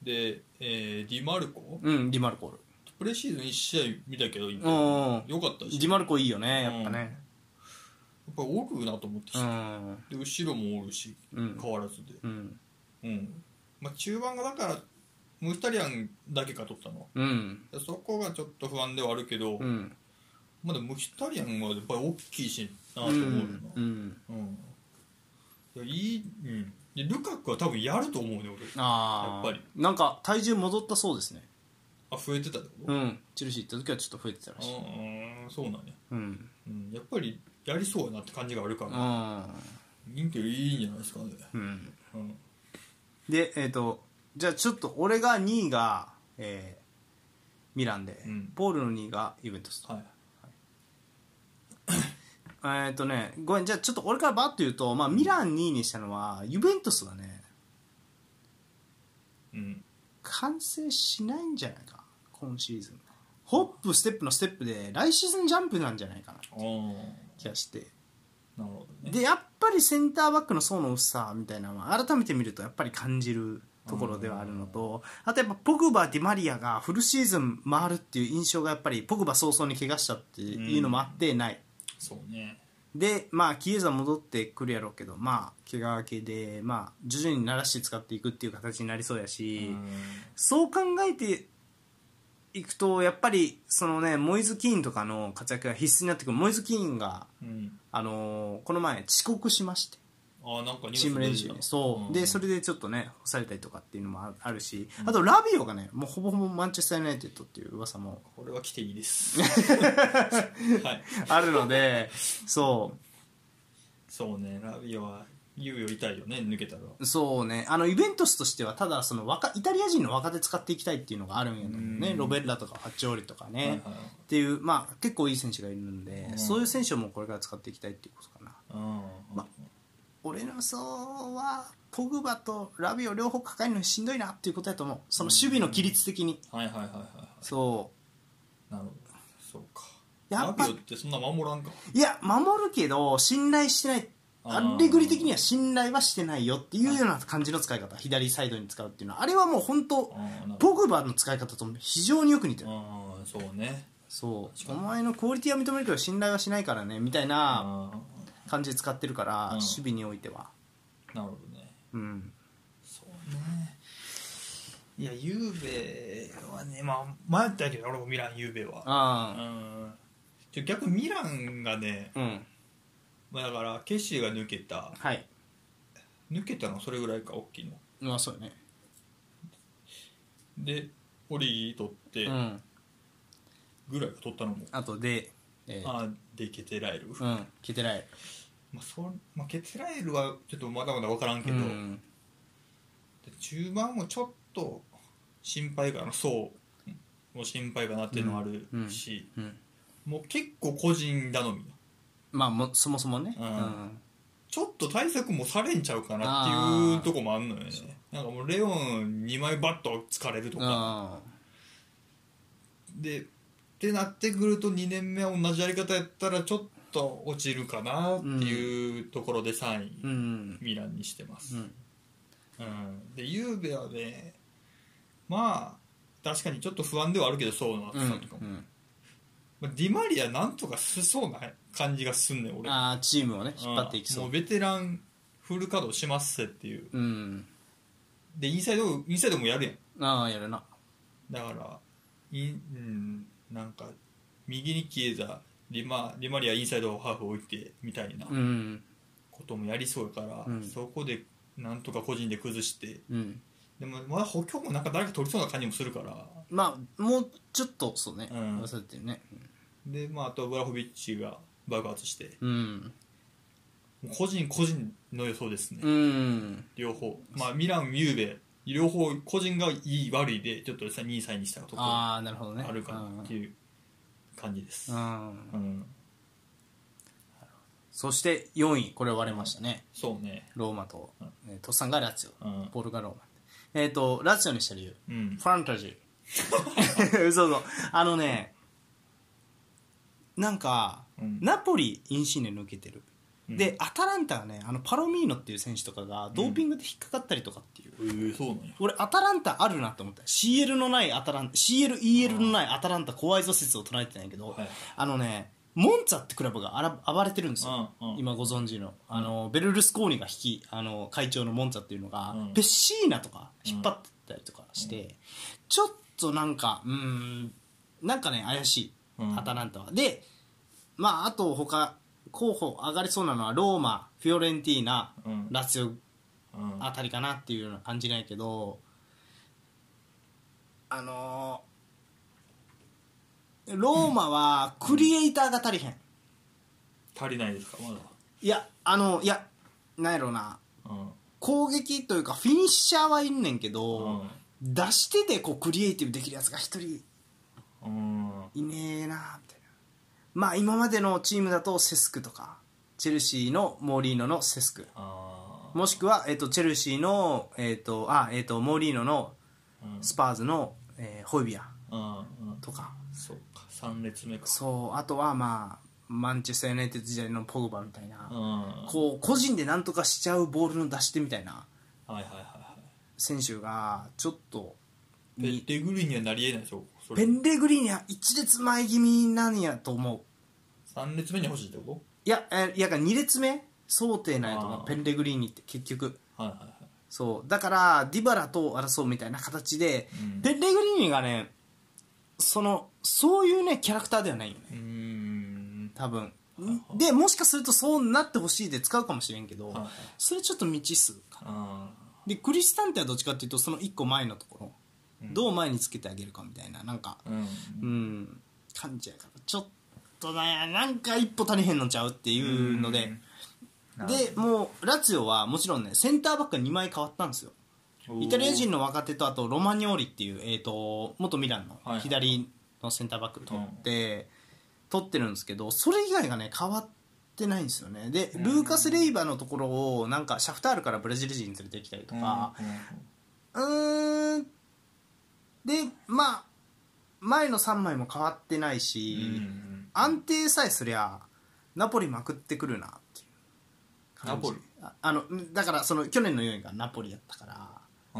Speaker 3: で、えーディマルコ
Speaker 2: うんディマルコおる
Speaker 3: プレシーズン1試合見たけど今
Speaker 2: うん
Speaker 3: よかったし
Speaker 2: ディマルコいいよねやっぱね
Speaker 3: やっぱおるなと思って
Speaker 2: う
Speaker 3: さ、
Speaker 2: ん
Speaker 3: で後ろもおるし
Speaker 2: うん
Speaker 3: 変わらずで、
Speaker 2: うん
Speaker 3: うんまあ、中盤がだからムータリアンだけか取ったのは
Speaker 2: うん
Speaker 3: でそこがちょっと不安ではあるけど、
Speaker 2: うん
Speaker 3: まあ、でもムヒタリアンはやっぱり大きいしなと
Speaker 2: う
Speaker 3: 思うよ
Speaker 2: ん
Speaker 3: な、うんいやいいうん、でルカクは多分やると思うね俺
Speaker 2: ああ
Speaker 3: やっぱ
Speaker 2: なんか体重戻ったそうですね
Speaker 3: あ増えてたってこ
Speaker 2: う
Speaker 3: と
Speaker 2: んチェルシー行った時はちょっと増えてたらしい
Speaker 3: うんそうなんや、
Speaker 2: うん
Speaker 3: うん、やっぱりやりそうやなって感じがあるか
Speaker 2: う
Speaker 3: ら、
Speaker 2: ん
Speaker 3: インテルいいんじゃないですかね、
Speaker 2: うん
Speaker 3: うん、
Speaker 2: でえっ、とじゃあちょっと俺が2位が、えーミランで、
Speaker 3: うん
Speaker 2: ポールの2位がユベントスと
Speaker 3: はい
Speaker 2: えーっとねごめんじゃあちょっと俺からバッと言うと、まあ、ミラン2位にしたのはユベントスがね
Speaker 3: うん
Speaker 2: 完成しないんじゃないか今シーズンホップステップのステップで来シーズンジャンプなんじゃないかな
Speaker 3: ああー
Speaker 2: 気がして
Speaker 3: なるほどね
Speaker 2: でやっぱりセンターバックの層の薄さみたいなのは改めて見るとやっぱり感じるところではあるのとあとやっぱポグバ、ディマリアがフルシーズン回るっていう印象がやっぱりポグバ早々に怪我したっていうのもあってない、
Speaker 3: そうね
Speaker 2: でまあキエザ戻ってくるやろうけどまあ怪我明けでまあ徐々に慣らして使っていくっていう形になりそうやし、そう考えていくとやっぱりそのねモイズ・キーンとかの活躍が必須になってくるモイズ・キーンが、
Speaker 3: うん
Speaker 2: あのーこの前遅刻しまして
Speaker 3: あああなんかニュース
Speaker 2: チーム練習
Speaker 3: 出てた
Speaker 2: そう、
Speaker 3: ん
Speaker 2: でそれでちょっとね干されたりとかっていうのもああるしあとラビオがねもうほぼほぼマンチェスター・ユナイテッドっていう噂も
Speaker 3: これは来ていいで すはい
Speaker 2: あるので そ
Speaker 3: そうねラビオは猶予痛いよね抜けたら
Speaker 2: うそうねあのイベントスとしてはただその若イタリア人の若手使っていきたいっていうのがあるんやけどね
Speaker 3: うん
Speaker 2: ロベッラとかファッチョーリとかね、
Speaker 3: はいはい
Speaker 2: っていうまあ結構いい選手がいるんで、
Speaker 3: うん
Speaker 2: そういう選手をもうこれから使っていきたいっていうことかな
Speaker 3: うん
Speaker 2: ま俺の予想はポグバとラビオ両方抱えるのしんどいなっていうことやと思うその守備の規律的に、
Speaker 3: はいはいはいはい
Speaker 2: そ
Speaker 3: なるほどそうか
Speaker 2: や
Speaker 3: ラ
Speaker 2: っぱ
Speaker 3: ビオってそんな守らんか
Speaker 2: ういや守るけど信頼してない
Speaker 3: あ
Speaker 2: ア
Speaker 3: ー
Speaker 2: レグリ的には信頼はしてないよっていうような感じの使い方左サイドに使うっていうのはあれはもう本当
Speaker 3: ああなる
Speaker 2: ポグバの使い方と非常によく似てる
Speaker 3: ああそうね
Speaker 2: そう
Speaker 3: 確か
Speaker 2: お
Speaker 3: に
Speaker 2: 前のクオリティは認めるけど信頼はしないからねみたいな
Speaker 3: あ
Speaker 2: 感じで使ってるから
Speaker 3: うん
Speaker 2: 守備においては
Speaker 3: あなるほどね
Speaker 2: うん
Speaker 3: そうねいやゆうべはねまあ迷ったけど俺もミランゆうべはう
Speaker 2: あ
Speaker 3: んちょ逆にミランがね
Speaker 2: あうん
Speaker 3: まあだからケシーが抜けた
Speaker 2: はい
Speaker 3: 抜けたのそれぐらいか大きいの
Speaker 2: まあそうよね
Speaker 3: でオリー取って
Speaker 2: うん
Speaker 3: ぐらいが取ったのも、
Speaker 2: あとでえー
Speaker 3: ああでケテラエル、
Speaker 2: う
Speaker 3: ま
Speaker 2: ん聞いてない
Speaker 3: あそまあ、ケテラエルはちょっとまだまだ分からんけど、
Speaker 2: うん
Speaker 3: で中盤もちょっと心配かなそうも心配かなっていうのもあるし、
Speaker 2: うん
Speaker 3: もう結構個人頼み
Speaker 2: まあもそもそもね
Speaker 3: うん
Speaker 2: うん
Speaker 3: ちょっと対策もされんちゃうかなっていうとこもあんのよねなんかもうレオン2枚バット疲れるとか
Speaker 2: あ
Speaker 3: でってなってくると2年目は同じやり方やったらちょっと落ちるかなっていうところで3位、
Speaker 2: ーうん
Speaker 3: ミランにしてます
Speaker 2: う、ん
Speaker 3: うん、でゆうべはねまあ確かにちょっと不安ではあるけどそうなって
Speaker 2: う
Speaker 3: た
Speaker 2: ん
Speaker 3: とかも、まあ、ディマリアなんとかしそうな感じがすんねん
Speaker 2: うん
Speaker 3: 俺
Speaker 2: ああチームをね引っ張っていきそ
Speaker 3: んも
Speaker 2: う
Speaker 3: うベテランフル稼働しますせっていう
Speaker 2: うん
Speaker 3: でインサイドインサイドもやるやん
Speaker 2: ああやるな
Speaker 3: だからインうんなんか右に消えたリマリマリアインサイドハーフ置いてみたいな
Speaker 2: うん
Speaker 3: こともやりそうやから、
Speaker 2: うん
Speaker 3: そこでなんとか個人で崩して
Speaker 2: うん
Speaker 3: でもまだ補強もなんか誰か取りそうな感じもするから
Speaker 2: まあもうちょっとそうね
Speaker 3: うん
Speaker 2: 忘れてるね
Speaker 3: で、まあ、あとはブラホビッチが爆発して
Speaker 2: うん
Speaker 3: もう個人個人の予想ですね、
Speaker 2: うん
Speaker 3: 両方、まあ、ミラン、ユーベ両方個人がいい悪いでちょっと2位3位にしたところ
Speaker 2: あ
Speaker 3: あ
Speaker 2: あなるほどね
Speaker 3: るかなっていう感じです、
Speaker 2: う
Speaker 3: うん
Speaker 2: んうんそして4位これ割れましたね
Speaker 3: そうね
Speaker 2: ローマと
Speaker 3: うん
Speaker 2: えートッサンがラツ
Speaker 3: う
Speaker 2: ィオ
Speaker 3: ん、
Speaker 2: ポールがローマえっとラツィオにした理由
Speaker 3: うん、
Speaker 2: ファンタジー 嘘嘘あのねなんか、
Speaker 3: うん
Speaker 2: ナポリインシーネ抜けてる、
Speaker 3: うん
Speaker 2: でアタランタはねあのパロミーノっていう選手とかがドーピングで引っかかったりとかっていう、
Speaker 3: えー、そうなんや
Speaker 2: 俺アタランタあるなと思った CL のないアタランタ CLEL のないアタランタ怖いぞ説を唱えてないけど、
Speaker 3: はい
Speaker 2: あのねモンツァってクラブがあら暴れてるんですよ、
Speaker 3: うんうん
Speaker 2: 今ご存知のあのベルルスコーニが引きあの会長のモンツァっていうのが、
Speaker 3: うん
Speaker 2: ペッシーナとか引っ張ってったりとかして、ちょっとなんかうーんなんかね怪しい、
Speaker 3: うん
Speaker 2: アタランタはでまああと他候補上がりそうなのはローマフィオレンティーナ、
Speaker 3: うん
Speaker 2: ラツィオ
Speaker 3: うん
Speaker 2: あたりかなっていうような感じないけどあのーローマはクリエイターが足りへん、
Speaker 3: 足りないですかまだ
Speaker 2: いやあのいやなんやろな
Speaker 3: うん
Speaker 2: 攻撃というかフィニッシャーはいんねんけ
Speaker 3: うん
Speaker 2: ど、出し手でこうクリエイティブできるやつが一人
Speaker 3: うん
Speaker 2: いねえなみたいなまあ今までのチームだとセスクとかチェルシーのモーリーノのセスク
Speaker 3: あー
Speaker 2: もしくは、えっとチェルシーの、えっとあえっとモーリーノの
Speaker 3: うん
Speaker 2: スパーズの、えーホイビア
Speaker 3: うんうん
Speaker 2: とか
Speaker 3: そうか3列目か
Speaker 2: そうあとはまあマンチェスター・ユナイテッド時代のポグバみたいな、
Speaker 3: うんはい
Speaker 2: こう個人でなんとかしちゃうボールの出し手みたいな
Speaker 3: はいはいはい
Speaker 2: 選手がちょっと
Speaker 3: ペ
Speaker 2: に
Speaker 3: デグリにはなりえないでしょそ
Speaker 2: ペ
Speaker 3: れ
Speaker 2: ンレグリーニは一列前気味なんやと思う
Speaker 3: 3列目に欲しいってこ
Speaker 2: いやえーいや2列目想定なんやと思
Speaker 3: あ
Speaker 2: う
Speaker 3: ー
Speaker 2: ペンレグリーニって結局
Speaker 3: とはいはいはい
Speaker 2: そうだからディバラと争うみたいな形で、
Speaker 3: うん
Speaker 2: ペンレグリーニがねそのそういうねキャラクターではないよね
Speaker 3: うーん
Speaker 2: 多分でもしかするとそうなってほしいで使うかもしれんけど、
Speaker 3: はいはい
Speaker 2: それちょっと未知数かな
Speaker 3: あ
Speaker 2: でクリスタンテはどっちかっていうとその1個前のところ、
Speaker 3: うん
Speaker 2: どう前につけてあげるかみたいななんか
Speaker 3: ーうん
Speaker 2: うん感じやからちょっとねなんか一歩足りへんのちゃうっていうので、
Speaker 3: うん
Speaker 2: でもうラツィオはもちろんねセンターバックが2枚変わったんですよイタリア人の若手とあとロマニョーリっていう、えー、と元ミラン
Speaker 3: はいは
Speaker 2: の
Speaker 3: い
Speaker 2: 左のセンターバック取って、取ってるんですけどそれ以外がね変わってないんですよねで
Speaker 3: ん
Speaker 2: ルーカス・レイバのところをなんかシャフタールからブラジル人連れてきたりとか
Speaker 3: うんうん
Speaker 2: うーんでまあ前の3枚も変わってないし、
Speaker 3: うん
Speaker 2: 安定さえすりゃナポリまくってくるなっていう感じ
Speaker 3: ナポリ
Speaker 2: ああのだからその去年の4位がナポリやったから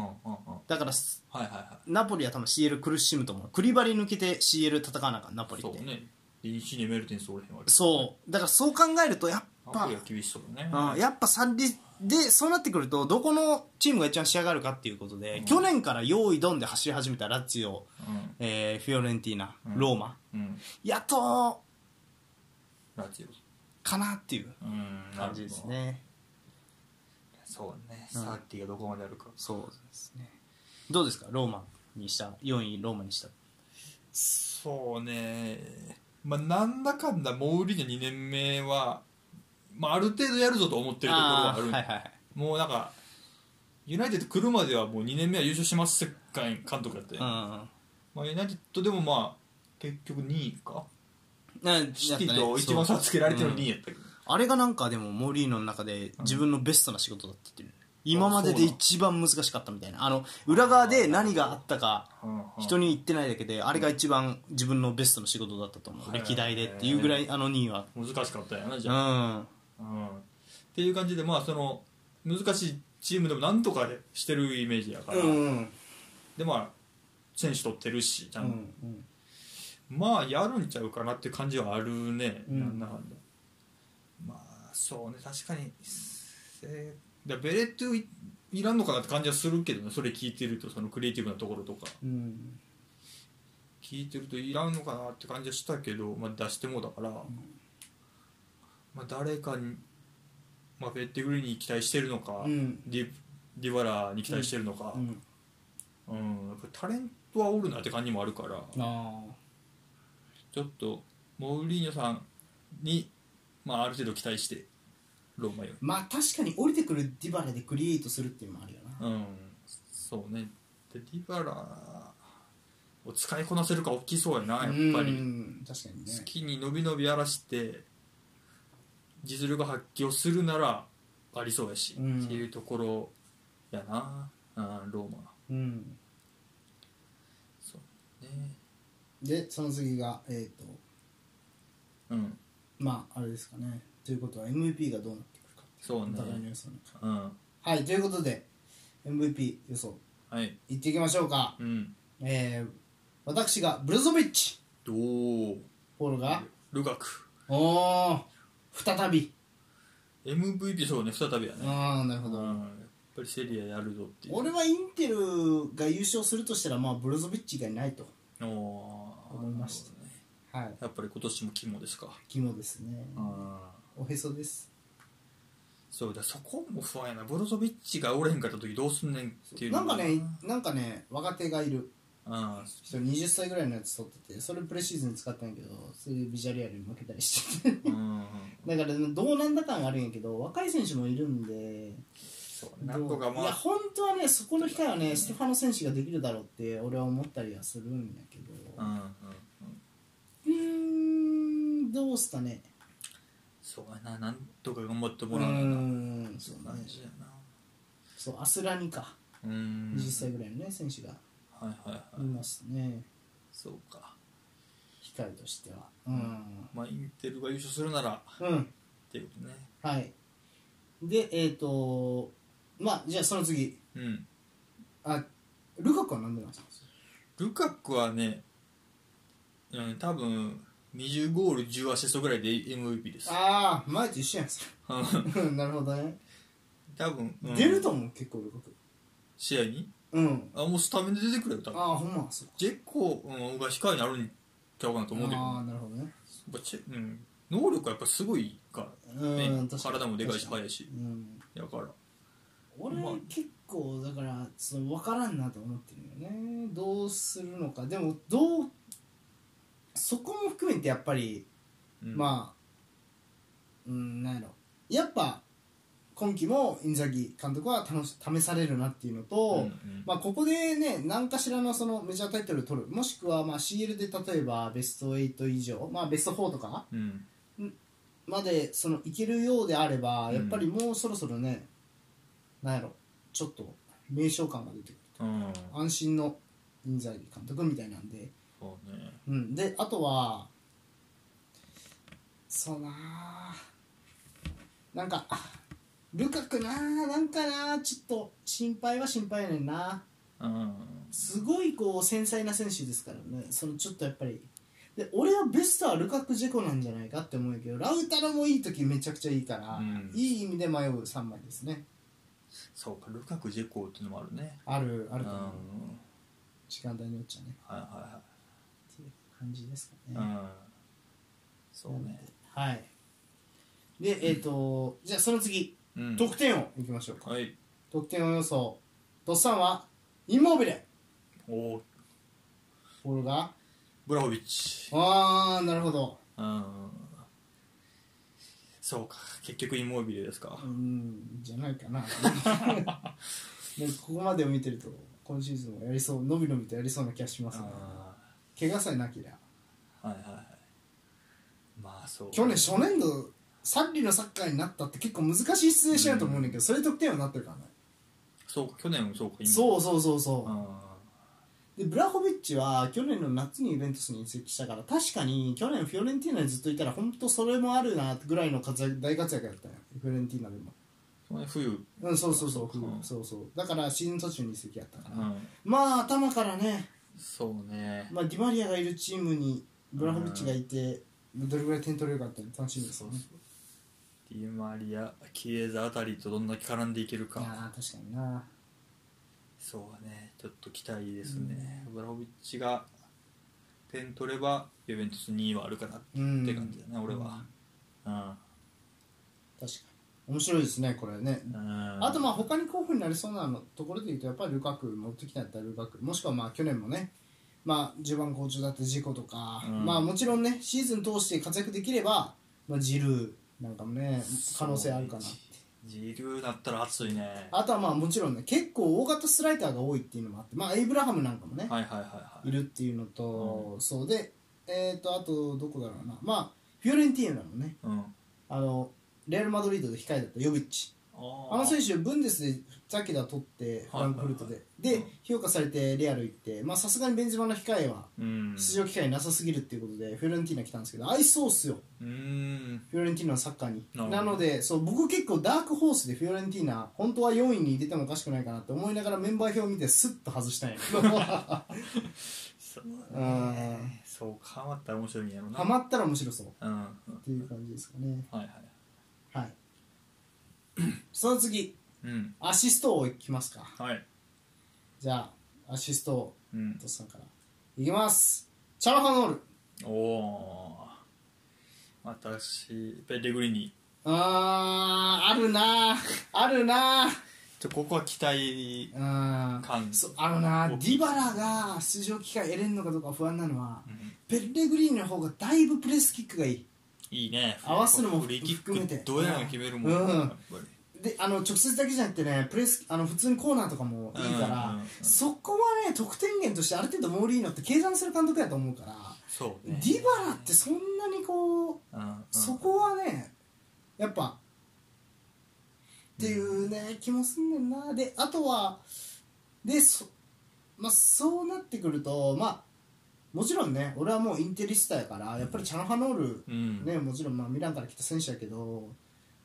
Speaker 3: うんうんうんは
Speaker 2: だから
Speaker 3: いはいは
Speaker 2: ナポリは多分 CL 苦しむと思うクリバリ抜けて CL 戦わなあかんナポ
Speaker 3: い
Speaker 2: リっ
Speaker 3: そ
Speaker 2: てそうう,、
Speaker 3: ね1にメルテンスおれへんわけ
Speaker 2: だからそう考えるとやっ
Speaker 3: ナ
Speaker 2: ぱ
Speaker 3: ポリは厳しそうだね
Speaker 2: うん、やっぱサンリでそうなってくるとどこのチームが一番仕上がるかっていうことで、
Speaker 3: うん
Speaker 2: 去年から用意ドンで走り始めたラッツィオ、
Speaker 3: うん
Speaker 2: えーフィオレンティーナ、
Speaker 3: うん
Speaker 2: ローマ
Speaker 3: うん
Speaker 2: やっと
Speaker 3: ラチ
Speaker 2: かなっていう
Speaker 3: オうん
Speaker 2: 感じですね
Speaker 3: そうね
Speaker 2: うん
Speaker 3: サーティがどこまであるか
Speaker 2: そうですねどうですかローマにした4位ローマにした
Speaker 3: そうねまあなんだかんだモーリーニョ2年目はまあある程度やるぞと思ってるところはある
Speaker 2: ーはいはいはい
Speaker 3: もうなんかユナイテッド来るまではもう2年目は優勝します世界監督だって、
Speaker 2: うんうんうん
Speaker 3: まあ、ユナイテッドでもまあ結局2位か
Speaker 2: なん
Speaker 3: シティと一番差つけられてるの2位やったけど、
Speaker 2: あれがなんかでもモーリーノの中で自分のベストな仕事だったっていう、今までで一番難しかったみたいなあの裏側で何があったか人
Speaker 3: に
Speaker 2: に言ってないだけであれが一番自分のベストの仕事だったと思う、
Speaker 3: はい
Speaker 2: 歴代でっていうぐらいあの2位は
Speaker 3: 難しかったよなじ
Speaker 2: う
Speaker 3: ゃあ、
Speaker 2: ん
Speaker 3: うんっていう感じでまあその難しいチームでもなんとかしてるイメージやから、
Speaker 2: うん
Speaker 3: でまあ選手取ってるしちゃ
Speaker 2: うん
Speaker 3: と、
Speaker 2: ん
Speaker 3: まあやるんちゃうかなっていう感じはあるね、
Speaker 2: うん
Speaker 3: なんだかんだまあそうね確かにせでベレットゥいいらんのかなって感じはするけどねそれ聞いてるとそのクリエイティブなところとか
Speaker 2: うん
Speaker 3: 聞いてるといらんのかなって感じはしたけど、まあ、出してもうだから、まあ、誰かに、まあ、ベッテグリに期待してるのか、
Speaker 2: うん
Speaker 3: ディディバラに期待してるのか、
Speaker 2: う
Speaker 3: うん
Speaker 2: ん
Speaker 3: やっぱりタレントはおるなって感じもあるから。
Speaker 2: あ
Speaker 3: ちょっとモーリーニョさんに、まあ、ある程度期待してローマより
Speaker 2: まあ確かに降りてくるディバラでクリエイトするっていうのもあるよな
Speaker 3: うんそうねでディバラを使いこなせるか大きそうやなやっぱ
Speaker 2: う
Speaker 3: り
Speaker 2: ん確かにね
Speaker 3: 好きに伸び伸びやらして実力発揮をするならありそうやし、
Speaker 2: うん
Speaker 3: っていうところやな、うん、ローマ
Speaker 2: うん
Speaker 3: そうね
Speaker 2: でその次がえっ、と
Speaker 3: うん
Speaker 2: まああれですかねということは MVP がどうなってくるか
Speaker 3: そう
Speaker 2: お互いの
Speaker 3: ね
Speaker 2: 予想に
Speaker 3: うん
Speaker 2: はいということで MVP 予想
Speaker 3: はい
Speaker 2: いっていきましょうか
Speaker 3: うん
Speaker 2: えー、私がブルゾビッチ
Speaker 3: おー
Speaker 2: ポールが
Speaker 3: ルガク
Speaker 2: おー再び
Speaker 3: MVP そうね再びやね
Speaker 2: ああなるほ
Speaker 3: う
Speaker 2: ど、
Speaker 3: ん、やっぱりセリアやるぞっていう
Speaker 2: 俺はインテルが優勝するとしたらまあブルゾビッチ以外ないと
Speaker 3: おー
Speaker 2: 思いました
Speaker 3: なるほどね
Speaker 2: はい
Speaker 3: やっぱり今年も肝ですか
Speaker 2: 肝ですねおへそです
Speaker 3: そうだそこも不安やなブロゾビッチがおれへんかった時どうすんねんっていう
Speaker 2: なんかね
Speaker 3: う
Speaker 2: なんかね若手がいる
Speaker 3: あ
Speaker 2: 人20歳ぐらいのやつ取っててそれプレシーズンに使ったんやけどそれでビジャリアルに負けたりして て
Speaker 3: うん
Speaker 2: だからどうなんだ感があるんやけど若い選手もいるんで
Speaker 3: そうなんとか
Speaker 2: い
Speaker 3: ま
Speaker 2: や
Speaker 3: あ
Speaker 2: 本当はねそこの機会はねステファノ選手ができるだろうって俺は思ったりはするんやけど
Speaker 3: うんうんうん
Speaker 2: うーんどうしたね
Speaker 3: そうやななんとか頑張って
Speaker 2: う
Speaker 3: もらうな
Speaker 2: ーんそ
Speaker 3: そう
Speaker 2: う
Speaker 3: 感
Speaker 2: ね
Speaker 3: じやな
Speaker 2: そうアスラニか
Speaker 3: うん
Speaker 2: 20歳ぐらいのね選手が
Speaker 3: はいはいはい、
Speaker 2: いますね
Speaker 3: そうか
Speaker 2: 控えとしてはうん
Speaker 3: まあインテルが優勝するなら
Speaker 2: うん
Speaker 3: っていうことね
Speaker 2: はいでえっ、とまあじゃあその次
Speaker 3: うん
Speaker 2: あルカクは何でなんですか
Speaker 3: ルカクはね、うん、多分20ゴール10アシストぐらいで MVP です
Speaker 2: ああ前と一緒やんす
Speaker 3: う ん
Speaker 2: なるほどね、
Speaker 3: 多分、うん
Speaker 2: 出ると思う結構ルカク
Speaker 3: 試合に
Speaker 2: うん
Speaker 3: あもうスタメンで出てくれよ多分
Speaker 2: ああほんまそう
Speaker 3: ジェッコ、うん、が控えになるんちゃうかなと思うけど
Speaker 2: ああ
Speaker 3: や
Speaker 2: なるほどね
Speaker 3: っぱチェ、うん、能力はやっぱすごいから、ね
Speaker 2: うん確かに
Speaker 3: 体もでかいし速いし
Speaker 2: うん、
Speaker 3: やから
Speaker 2: 俺
Speaker 3: まあ
Speaker 2: 結構だからその分からんなと思ってるよねどうするのかでもどうそこも含めてやっぱり、
Speaker 3: うん
Speaker 2: まあうんなんやろやっぱ今期もインザギ監督は楽し試されるなっていうのと、
Speaker 3: うんうん
Speaker 2: まあ、ここでね何かしらのそのメジャータイトルを取るもしくはまあ CL で例えばベスト8以上、まあ、ベスト4とか
Speaker 3: うん
Speaker 2: までそのいけるようであれば
Speaker 3: うん
Speaker 2: やっぱりもうそろそろね、なんやろちょっと名将感が出てく
Speaker 3: うん
Speaker 2: る安心の人材監督みたいなんで、
Speaker 3: そうね
Speaker 2: うん、であとはそうなあなんかあルカクなあなんかなあちょっと心配は心配やねんな
Speaker 3: うん
Speaker 2: すごいこう繊細な選手ですからねそのちょっとやっぱりで俺はベストはルカク・ジェコなんじゃないかって思うけどラウタロもいい時めちゃくちゃいいから、
Speaker 3: うん
Speaker 2: いい意味で迷う3枚ですね
Speaker 3: そうかルカク・ジェコーっていうのもあるね
Speaker 2: あるあ
Speaker 3: う
Speaker 2: る
Speaker 3: ん
Speaker 2: と
Speaker 3: はい
Speaker 2: 思う時間帯によっちゃね
Speaker 3: は
Speaker 2: っていう感じですか
Speaker 3: い
Speaker 2: ね、
Speaker 3: はいうんそうね
Speaker 2: はいでえっ、とじゃあその次
Speaker 3: うん
Speaker 2: 得点をいきましょうか、
Speaker 3: はい
Speaker 2: 得点を予想ドッサンはインモービレ
Speaker 3: おー
Speaker 2: ボールが
Speaker 3: ブラホビッチ
Speaker 2: あーなるほど
Speaker 3: うんそうか結局インモービルですか
Speaker 2: うんじゃないかな でもここまでを見てると今シーズンもやりそう伸び伸びとやりそうな気がしますね
Speaker 3: あ
Speaker 2: 怪我さえなけりゃ
Speaker 3: ーはいはいはいまあそう
Speaker 2: 去年初年度サッリのサッカーになったって結構難しい出演しないと思うんだけど、それ得点はなってるからね、
Speaker 3: そうか去年もそうかう
Speaker 2: そうそうそうそう、
Speaker 3: あ
Speaker 2: でブラホビッチは去年の夏にイベントスに移籍したから確かに去年フィオレンティーナにずっといたら本当それもあるなぐらいの活躍大活躍だったよフィオレンティーナでも
Speaker 3: その冬
Speaker 2: うんそうそうそう、
Speaker 3: うん
Speaker 2: そうそうだからシーズン途中に移籍やったか
Speaker 3: う
Speaker 2: ら、
Speaker 3: ん
Speaker 2: まあ頭からね
Speaker 3: そうね
Speaker 2: まあ、ディマリアがいるチームにブラホビッチがいて、どれぐらい点取れるかっていうの楽しみですよね。
Speaker 3: ディマリアキエザあたりとどんだけ絡んでいける
Speaker 2: いや
Speaker 3: か
Speaker 2: ー確かにな。
Speaker 3: そうねちょっと期待ですね、ブラホビッチが点取ればユベントス2位はあるかなっ
Speaker 2: うん。
Speaker 3: て感じだね、俺はうん、
Speaker 2: 確かに。面白いですね、これね。
Speaker 3: うん、
Speaker 2: あとまあ他に候補になりそうなのところで言うとやっぱりルカク持ってきたんだったらルカクもしくはまあ去年もねまあ10番好調だったジコとか、
Speaker 3: うん
Speaker 2: まあもちろんねシーズン通して活躍できれば、まあ、ジルーなんかもね可能性あるかな
Speaker 3: そうジルーだったら熱いね
Speaker 2: あとはまあもちろんね結構大型スライダーが多いっていうのもあってまあエイブラハムなんかもね、
Speaker 3: はいはいはい
Speaker 2: い
Speaker 3: はい
Speaker 2: るっていうのと、そうでえっ、とあとどこだろうなまあフィオレンティーナもね
Speaker 3: うん
Speaker 2: あのレアル・マドリードで控えだったヨビッチあ
Speaker 3: あ
Speaker 2: の選
Speaker 3: 手
Speaker 2: 手ブンデスで2桁取ってフランクフルト
Speaker 3: は
Speaker 2: で
Speaker 3: い
Speaker 2: で、
Speaker 3: うん
Speaker 2: 評価されてレアル行ってまあさすがにベンゼマの控えは
Speaker 3: うん
Speaker 2: 出場機会なさすぎるっていうことでフィオレンティーナ来たんですけど合いそうっすよ
Speaker 3: うん
Speaker 2: フィオレンティーナのサッカーに
Speaker 3: なるほど
Speaker 2: なのでそう僕結構ダークホースでフィオレンティーナ本当は4位に入れてもおかしくないかなって思いながらメンバー表を見てスッと外したんやけど
Speaker 3: そう
Speaker 2: うん
Speaker 3: そうかハマったら面白いんやろな
Speaker 2: ハマったら面白そう
Speaker 3: うんは
Speaker 2: っていう感じですかね
Speaker 3: いはい
Speaker 2: はい その次
Speaker 3: うん
Speaker 2: アシストをいきますか
Speaker 3: はい
Speaker 2: じゃあアシストを
Speaker 3: うん
Speaker 2: トスさんからいきますチャラハノール
Speaker 3: おお私ペレグリニ
Speaker 2: あーあるなーあるなー
Speaker 3: ちょここは期待
Speaker 2: あー
Speaker 3: 感
Speaker 2: そうあのな
Speaker 3: 大
Speaker 2: デ
Speaker 3: きい
Speaker 2: ィバラが出場機会得れるのかどうか不安なのは
Speaker 3: うん
Speaker 2: ペレグリーンの方がだいぶプレスキックがいい
Speaker 3: いいね
Speaker 2: 合わすのも
Speaker 3: フリーキック
Speaker 2: 含めて
Speaker 3: どうやら決めるもん、
Speaker 2: うん
Speaker 3: やっぱり
Speaker 2: であの直接だけじゃなくてねプレスあの普通にコーナーとかもいいから、
Speaker 3: うんうんうん
Speaker 2: そこはね得点源としてある程度モーリーノって計算する監督やと思うから、
Speaker 3: そう
Speaker 2: デ
Speaker 3: ね
Speaker 2: ィバラってそんなにこう
Speaker 3: うんうん
Speaker 2: そこはねやっぱっていうね気もすんねんなであとはでそ,、まあ、そうなってくるとまあもちろんね俺はもうインテリスタやからやっぱりチャノハノール、
Speaker 3: うん
Speaker 2: ねもちろんまあミランから来た選手やけど、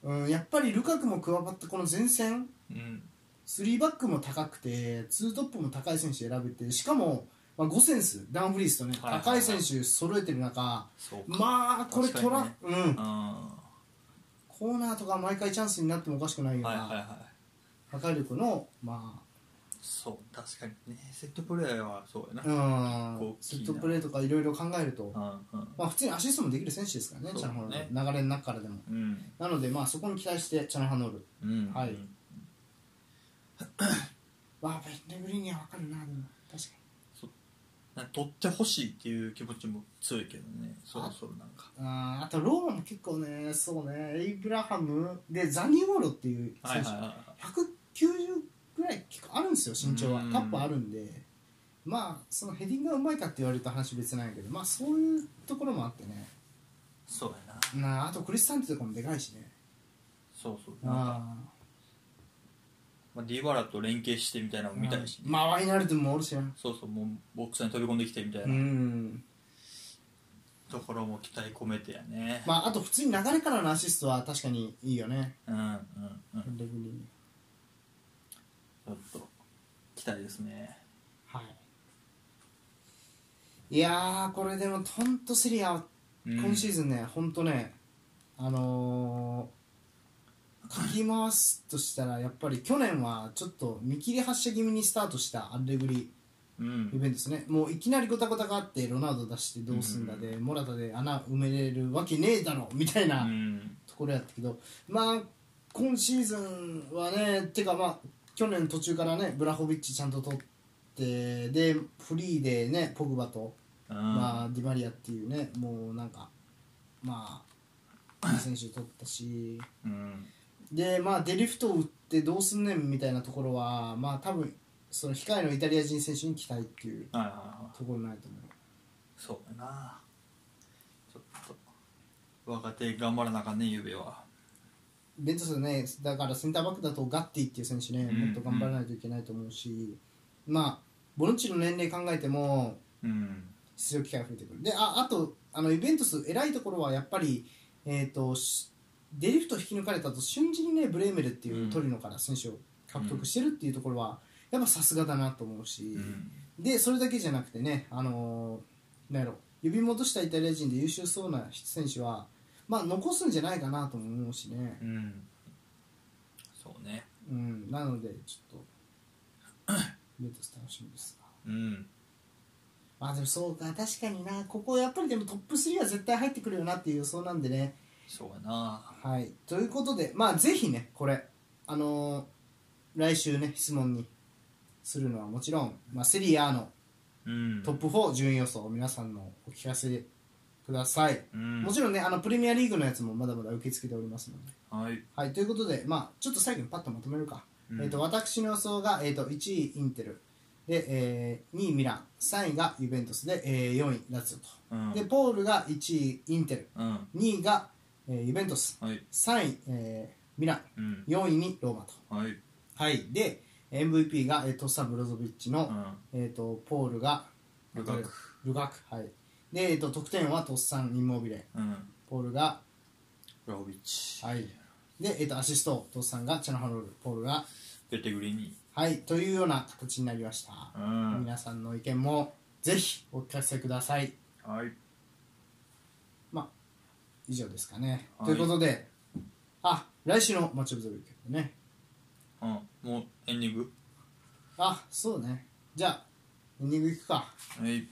Speaker 2: うん、やっぱりルカクも加わったこの前線
Speaker 3: うん
Speaker 2: 3バックも高くて2トップも高い選手選べてしかも、まあ、5センスダウンフリースとね、
Speaker 3: はいはいはい
Speaker 2: 高い選手揃えてる中
Speaker 3: そうか
Speaker 2: まあこれ取ら、
Speaker 3: 確
Speaker 2: うん
Speaker 3: あ
Speaker 2: コーナーとか毎回チャンスになってもおかしくない
Speaker 3: ー
Speaker 2: よう
Speaker 3: はいはい
Speaker 2: な
Speaker 3: は
Speaker 2: 破壊力の、まあ、
Speaker 3: いそう確かにねセットプレーはそうやな、
Speaker 2: うん
Speaker 3: 大き
Speaker 2: セ
Speaker 3: いな
Speaker 2: ットプレーとかいろいろ考えると、
Speaker 3: うんうん
Speaker 2: まあ、普通にアシストもできる選手ですからね、
Speaker 3: そう
Speaker 2: チャノハノ
Speaker 3: ね
Speaker 2: ール、流れの中からでも。
Speaker 3: うん
Speaker 2: なので、まあ、そこに期待して、チャノハノール、
Speaker 3: うん
Speaker 2: はいまあ、ベンデグリーには分かるな、でも、確か
Speaker 3: なんか取ってほしいっていう気持ちも強いけどねそろそろなんか
Speaker 2: に。あーあと、ローマも結構ね、そうね、エイブラハム、で、ザニーゴロっていう
Speaker 3: はい
Speaker 2: 選
Speaker 3: はい
Speaker 2: 手、
Speaker 3: はい
Speaker 2: 190ぐらい、結構あるんですよ、身長は
Speaker 3: うん。
Speaker 2: タップあるんで、まあ、そのヘディングがうまいかって言われると話別なんやけど、まあ、そういうところもあってね、
Speaker 3: そうやな
Speaker 2: なああと、クリスタンテとかもでかいしね。
Speaker 3: そうそうなんか
Speaker 2: ああ
Speaker 3: まあ、ディバラと連携してみたいなのも見たいし、
Speaker 2: まあ、ワイナルドゥンもおるしな。。
Speaker 3: そうそうもうボックスに飛び込んできてみたいうなんところも期待込めてやね、
Speaker 2: まあ、あと普通に流れからのアシストは確かにいいよね、
Speaker 3: うんうんうん
Speaker 2: レグリー
Speaker 3: ちょっと期待ですね
Speaker 2: はい。いやー、これでも、ほんとセリアは、今シー
Speaker 3: ン
Speaker 2: ズンね、ほんとね、あのー、かき回すとしたら、やっぱり去年はちょっと見切り発車気味にスタートしたアレグリ
Speaker 3: う
Speaker 2: イ
Speaker 3: ん
Speaker 2: ベントですね、もういきなりゴタゴタがあって、ロナウド出してどうすんだで、モラタで穴埋めれるわけねえだろみたいな。
Speaker 3: うん
Speaker 2: ところやったけどまあ今シーズンはねてかまあ去年途中からねブラホビッチちゃんと取ってでフリーでねポグバと、
Speaker 3: うん
Speaker 2: まあ、ディマリアっていうねもうなんかまあいい選手取ったし
Speaker 3: うん
Speaker 2: でまあデリフトを打ってどうすんねんみたいなところはまあ多分その控えのイタリア人選手に期待っていう
Speaker 3: はいはいはい
Speaker 2: ところないと思う。
Speaker 3: そうやなちょっと若手頑張らなあかんねゆうべは
Speaker 2: ベントスねだからセンターバックだとガッティっていう選手ね、
Speaker 3: うん
Speaker 2: もっと頑張らないといけないと思うし、まあボロンチの年齢考えても
Speaker 3: うん
Speaker 2: 出場機会が増えてくるでああとあのイベントス偉いところはやっぱり、えー、としデリフト引き抜かれたと瞬時にねブレーメルっていううんトリノから選手を獲得してるっていうところはやっぱさすがだなと思うし、
Speaker 3: うん
Speaker 2: でそれだけじゃなくてね、あのーなんやろ指戻したイタリア人で優秀そうな選手は、まあ、残すんじゃないかなとも思うしね。
Speaker 3: うんそうね
Speaker 2: うん、なのでちょっと メントス楽しみですが
Speaker 3: うん
Speaker 2: まあでもそうか確かになここやっぱりでもトップ3は絶対入ってくるよなっていう予想なんでね
Speaker 3: そうやな
Speaker 2: はいということでまあぜひねこれあのー来週ね質問にするのはもちろん、まあ、セリアの
Speaker 3: うん
Speaker 2: トップ4順位予想を皆さんのお聞かせください、
Speaker 3: うん
Speaker 2: もちろんねあのプレミアリーグのやつもまだまだ受け付けておりますので
Speaker 3: はい
Speaker 2: はい、ということで、まあ、ちょっと最後にパッとまとめるか、
Speaker 3: うん
Speaker 2: えー、と私の予想が、えー、と1位インテルで、えー2位ミラン3位がユベントスで、えー4位ラツ
Speaker 3: う
Speaker 2: ィオ
Speaker 3: ん
Speaker 2: とでポールが1位インテル
Speaker 3: うん
Speaker 2: 2位が、えーユベントス
Speaker 3: はい
Speaker 2: 3位、えーミラン
Speaker 3: うん
Speaker 2: 4位にローマと、
Speaker 3: はい
Speaker 2: はい、で MVP が、えー、トッサン・ブロゾビッチの、
Speaker 3: うん
Speaker 2: えー、とポールが
Speaker 3: ルカク
Speaker 2: ルカクはいで、えー、と得点はトッサン・インモビレ
Speaker 3: うん
Speaker 2: ポールが
Speaker 3: ラオビッチ
Speaker 2: はいで、えー、とアシストトッサンがチャノハロールポールが
Speaker 3: ペテグリニ
Speaker 2: はい、というような形になりました。
Speaker 3: うん
Speaker 2: 皆さんの意見もぜひお聞かせください。
Speaker 3: はい
Speaker 2: まあ、以上ですかね。
Speaker 3: はい
Speaker 2: ということで、あ、来週のマッチオブザウィークエンドね。
Speaker 3: うんもうエンディング
Speaker 2: あ、そうね。じゃあ、エンディングいくか。
Speaker 3: はい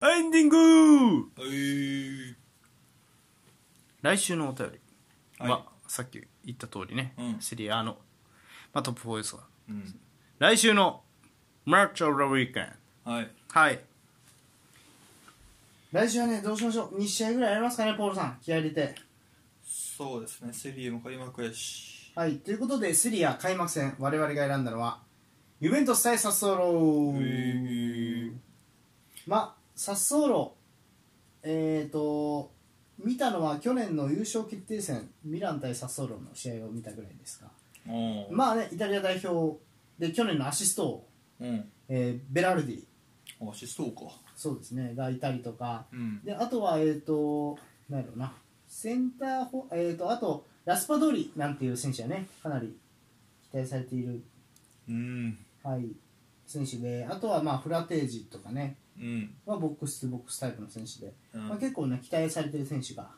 Speaker 2: エンディング
Speaker 3: はい
Speaker 2: 来週のお便り
Speaker 3: は
Speaker 2: さっき言った通りね
Speaker 3: うん
Speaker 2: セリアの、まあ、トップ4ですが、
Speaker 3: うん
Speaker 2: 来週のマッチオブザウィークエンド。
Speaker 3: はい
Speaker 2: はい。来週はね、どうしましょう。2試合ぐらいやりますかね、ポールさん。気合い入れて。
Speaker 3: そうですねセリエも開幕やし
Speaker 2: はい、ということでセリア開幕戦我々が選んだのはユベントス対サッソーロ、
Speaker 3: へえ
Speaker 2: まあサッソーロえっ、と見たのは去年の優勝決定戦ミラン対サッソーロの試合を見たぐらいですが
Speaker 3: おー
Speaker 2: まあねイタリア代表で去年のアシストを、
Speaker 3: うん
Speaker 2: えーベラルディ
Speaker 3: あしそうか
Speaker 2: そうですねがいたりとか
Speaker 3: うん
Speaker 2: であとはえっ、となんやろうなセンターホえっ、とあとラスパドーリなんていう選手はねかなり期待されている
Speaker 3: うん
Speaker 2: はい、選手であとはまあフラテージとかね
Speaker 3: うん
Speaker 2: はボックスとボックスタイプの選手で、
Speaker 3: うん
Speaker 2: まあ、結構ね期待されてる選手が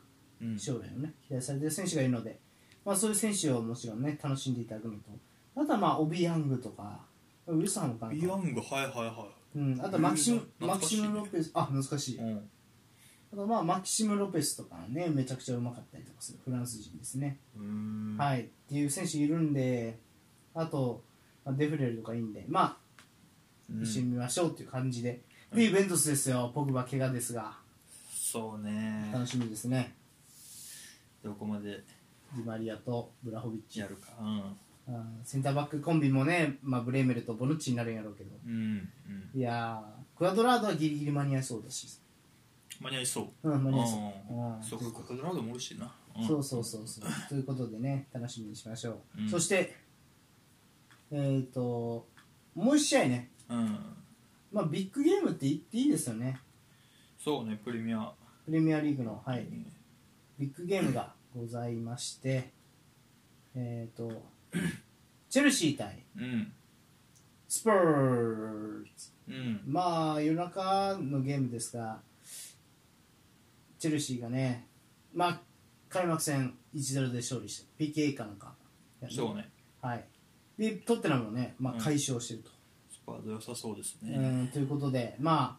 Speaker 3: うん
Speaker 2: 将来のね期待されてる選手がいるので、まあ、そういう選手をもちろんね楽しんでいただくのとあとはまあオビ・ヤングとかウィルソンもかな
Speaker 3: ビヤングはいはいは
Speaker 2: うん、あとマキシム
Speaker 3: ウィルソン
Speaker 2: マキシム・ロペスあ難しい、
Speaker 3: い、うん、
Speaker 2: あとまあマキシム・ロペスとかねめちゃくちゃうまかったりとかするフランス人ですね、
Speaker 3: うーんい、
Speaker 2: はいっていう選手いるんであとまあデフレルとかいいんでまあ
Speaker 3: うん
Speaker 2: 一緒に見ましょうっていう感じで、でイベントスですよポグバ怪我ですが
Speaker 3: そうね
Speaker 2: 楽しみですね
Speaker 3: どこまで
Speaker 2: ディマリアとブラホビッチ
Speaker 3: やるかうん
Speaker 2: あーセンターバックコンビもね、まあ、ブレーメルとボヌッチになるんやろうけど
Speaker 3: うんうん
Speaker 2: いやークアドラードはギリギリ間に合いそうだし
Speaker 3: 間に合いそう
Speaker 2: うん間に合い
Speaker 3: うん
Speaker 2: そ
Speaker 3: そううか
Speaker 2: う
Speaker 3: ココドラードもおるしな、
Speaker 2: んそううそうそうそうということでね楽しみにしましょう、
Speaker 3: うん
Speaker 2: そしてえっ、ともう一試合ね
Speaker 3: ん、うん、
Speaker 2: まあビッグゲームって言っていいですよね
Speaker 3: そうねプレミア
Speaker 2: プレミアリーグの、は
Speaker 3: う
Speaker 2: い、
Speaker 3: ん
Speaker 2: ビッグゲームがございましてえっ、と チェルシー対
Speaker 3: うん
Speaker 2: スパーズ
Speaker 3: うん
Speaker 2: まあ夜中のゲームですがチェルシーがねまあ開幕戦1-0で勝利して PK かなんかやる
Speaker 3: そうね
Speaker 2: はいでトッテナムもね、ま
Speaker 3: う
Speaker 2: あ、
Speaker 3: ん
Speaker 2: 解消してると、
Speaker 3: スパーズ良さそうです
Speaker 2: うん
Speaker 3: ね
Speaker 2: ということでまあ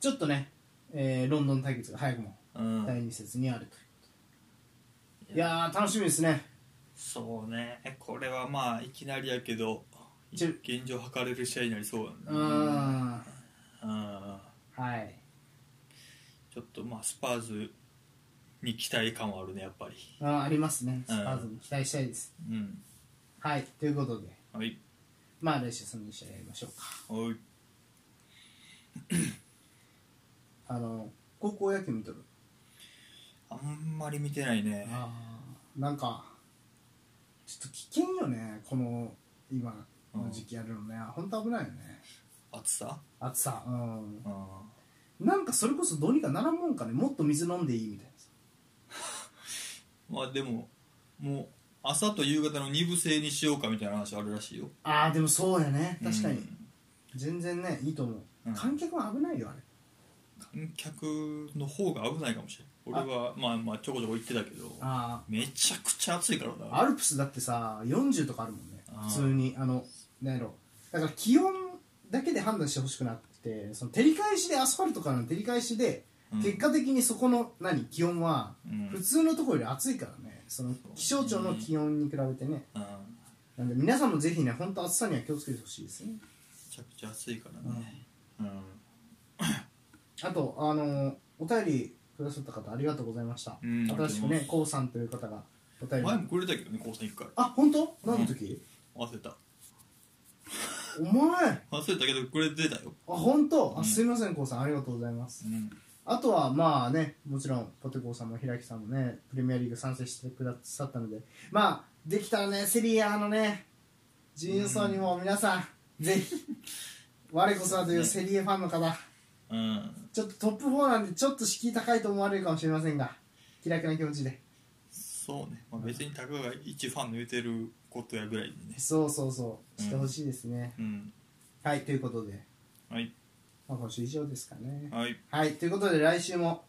Speaker 2: ちょっとね、えーロンドン対決が早くも
Speaker 3: うん、
Speaker 2: 第2節にあると、
Speaker 3: うん
Speaker 2: いやー楽しみですね
Speaker 3: そうねこれはまあいきなりやけど
Speaker 2: ちょ
Speaker 3: 現状図れる試合になりそうやね
Speaker 2: うん、は
Speaker 3: うん
Speaker 2: い
Speaker 3: ちょっとまあスパーズに期待感はあるねやっぱり
Speaker 2: あありますね
Speaker 3: う
Speaker 2: ス
Speaker 3: ん
Speaker 2: パーズに期待したいです、
Speaker 3: うん
Speaker 2: はいということで
Speaker 3: はい
Speaker 2: まあ来週その2試合やりましょうか
Speaker 3: はい
Speaker 2: あの高校野球見とる
Speaker 3: あんまり見てないね
Speaker 2: あーなんかちょっと危険よねこの今の時期やるのね、ほん、本当危ないよね
Speaker 3: 暑さ
Speaker 2: 暑さうん
Speaker 3: うん
Speaker 2: なんかそれこそどうにかならんもんかねもっと水飲んでいいみたいなさ
Speaker 3: まあでももう朝と夕方の二部制にしようかみたいな話あるらしいよ
Speaker 2: ああでもそうやね確かに、
Speaker 3: うん
Speaker 2: 全然ねいいと思う、
Speaker 3: うん
Speaker 2: 観客は危ないよあれ
Speaker 3: 観客の方が危ないかもしれない俺はまあまあちょこちょこ行ってたけど
Speaker 2: あ
Speaker 3: めちゃくちゃ暑いから
Speaker 2: ー
Speaker 3: な
Speaker 2: アルプスだってさ40とかあるもんね
Speaker 3: あー
Speaker 2: 普通にあのなんやろだから気温だけで判断してほしくなくてその照り返しでアスファルトからの照り返しで
Speaker 3: うん
Speaker 2: 結果的にそこの何気温は
Speaker 3: うん
Speaker 2: 普通のところより暑いからねその
Speaker 3: そう
Speaker 2: 気象庁の気温に比べてねな
Speaker 3: うんめ
Speaker 2: んで皆さんもぜひね本当暑さには気をつけてほしいですね
Speaker 3: ちゃくちゃ暑いからねうん
Speaker 2: あとあのお便りくださった方ありがとうございました
Speaker 3: う
Speaker 2: 新し
Speaker 3: ん
Speaker 2: く
Speaker 3: ありがとうございま
Speaker 2: ね
Speaker 3: す
Speaker 2: こうさんという方がお便
Speaker 3: 前
Speaker 2: り
Speaker 3: もくれたけどね高3行くから
Speaker 2: あ本当何の時
Speaker 3: 忘れた
Speaker 2: お前あ
Speaker 3: 忘れたけどくれてたよ
Speaker 2: 本当
Speaker 3: う
Speaker 2: あ
Speaker 3: ん
Speaker 2: すいませんこうさんありがとうございます
Speaker 3: うん
Speaker 2: あとはまあねもちろんポテコーさんも平木さんもねプレミアリーグ参戦してくださったのでまあできたらねセリアのね準優勝にも皆さんぜひ我こそはというセリエファンの方
Speaker 3: うん
Speaker 2: ちょっとトップ4なんでちょっと敷居高いと思われるかもしれませんが気楽な気持ちで
Speaker 3: そうね、まあ、別にたかが一ファンの言うてることやぐらいでね
Speaker 2: そうそうそうしてほしいですね、
Speaker 3: うん
Speaker 2: はいということで、
Speaker 3: はい
Speaker 2: まあ、今週以上ですかね
Speaker 3: はい
Speaker 2: はいということで来週も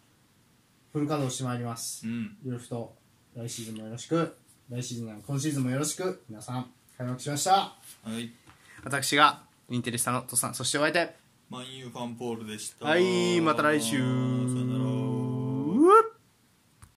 Speaker 2: フル稼働してまいります
Speaker 3: うん
Speaker 2: ゆるふと来シーズンもよろしく来シーズンや今シーズンもよろしく皆さん開幕しました
Speaker 3: はい
Speaker 4: 私がインテリスタのとさんそしてお相手
Speaker 3: 万有ファンポールでした
Speaker 4: はいまた来
Speaker 3: さ
Speaker 4: 週
Speaker 3: よなら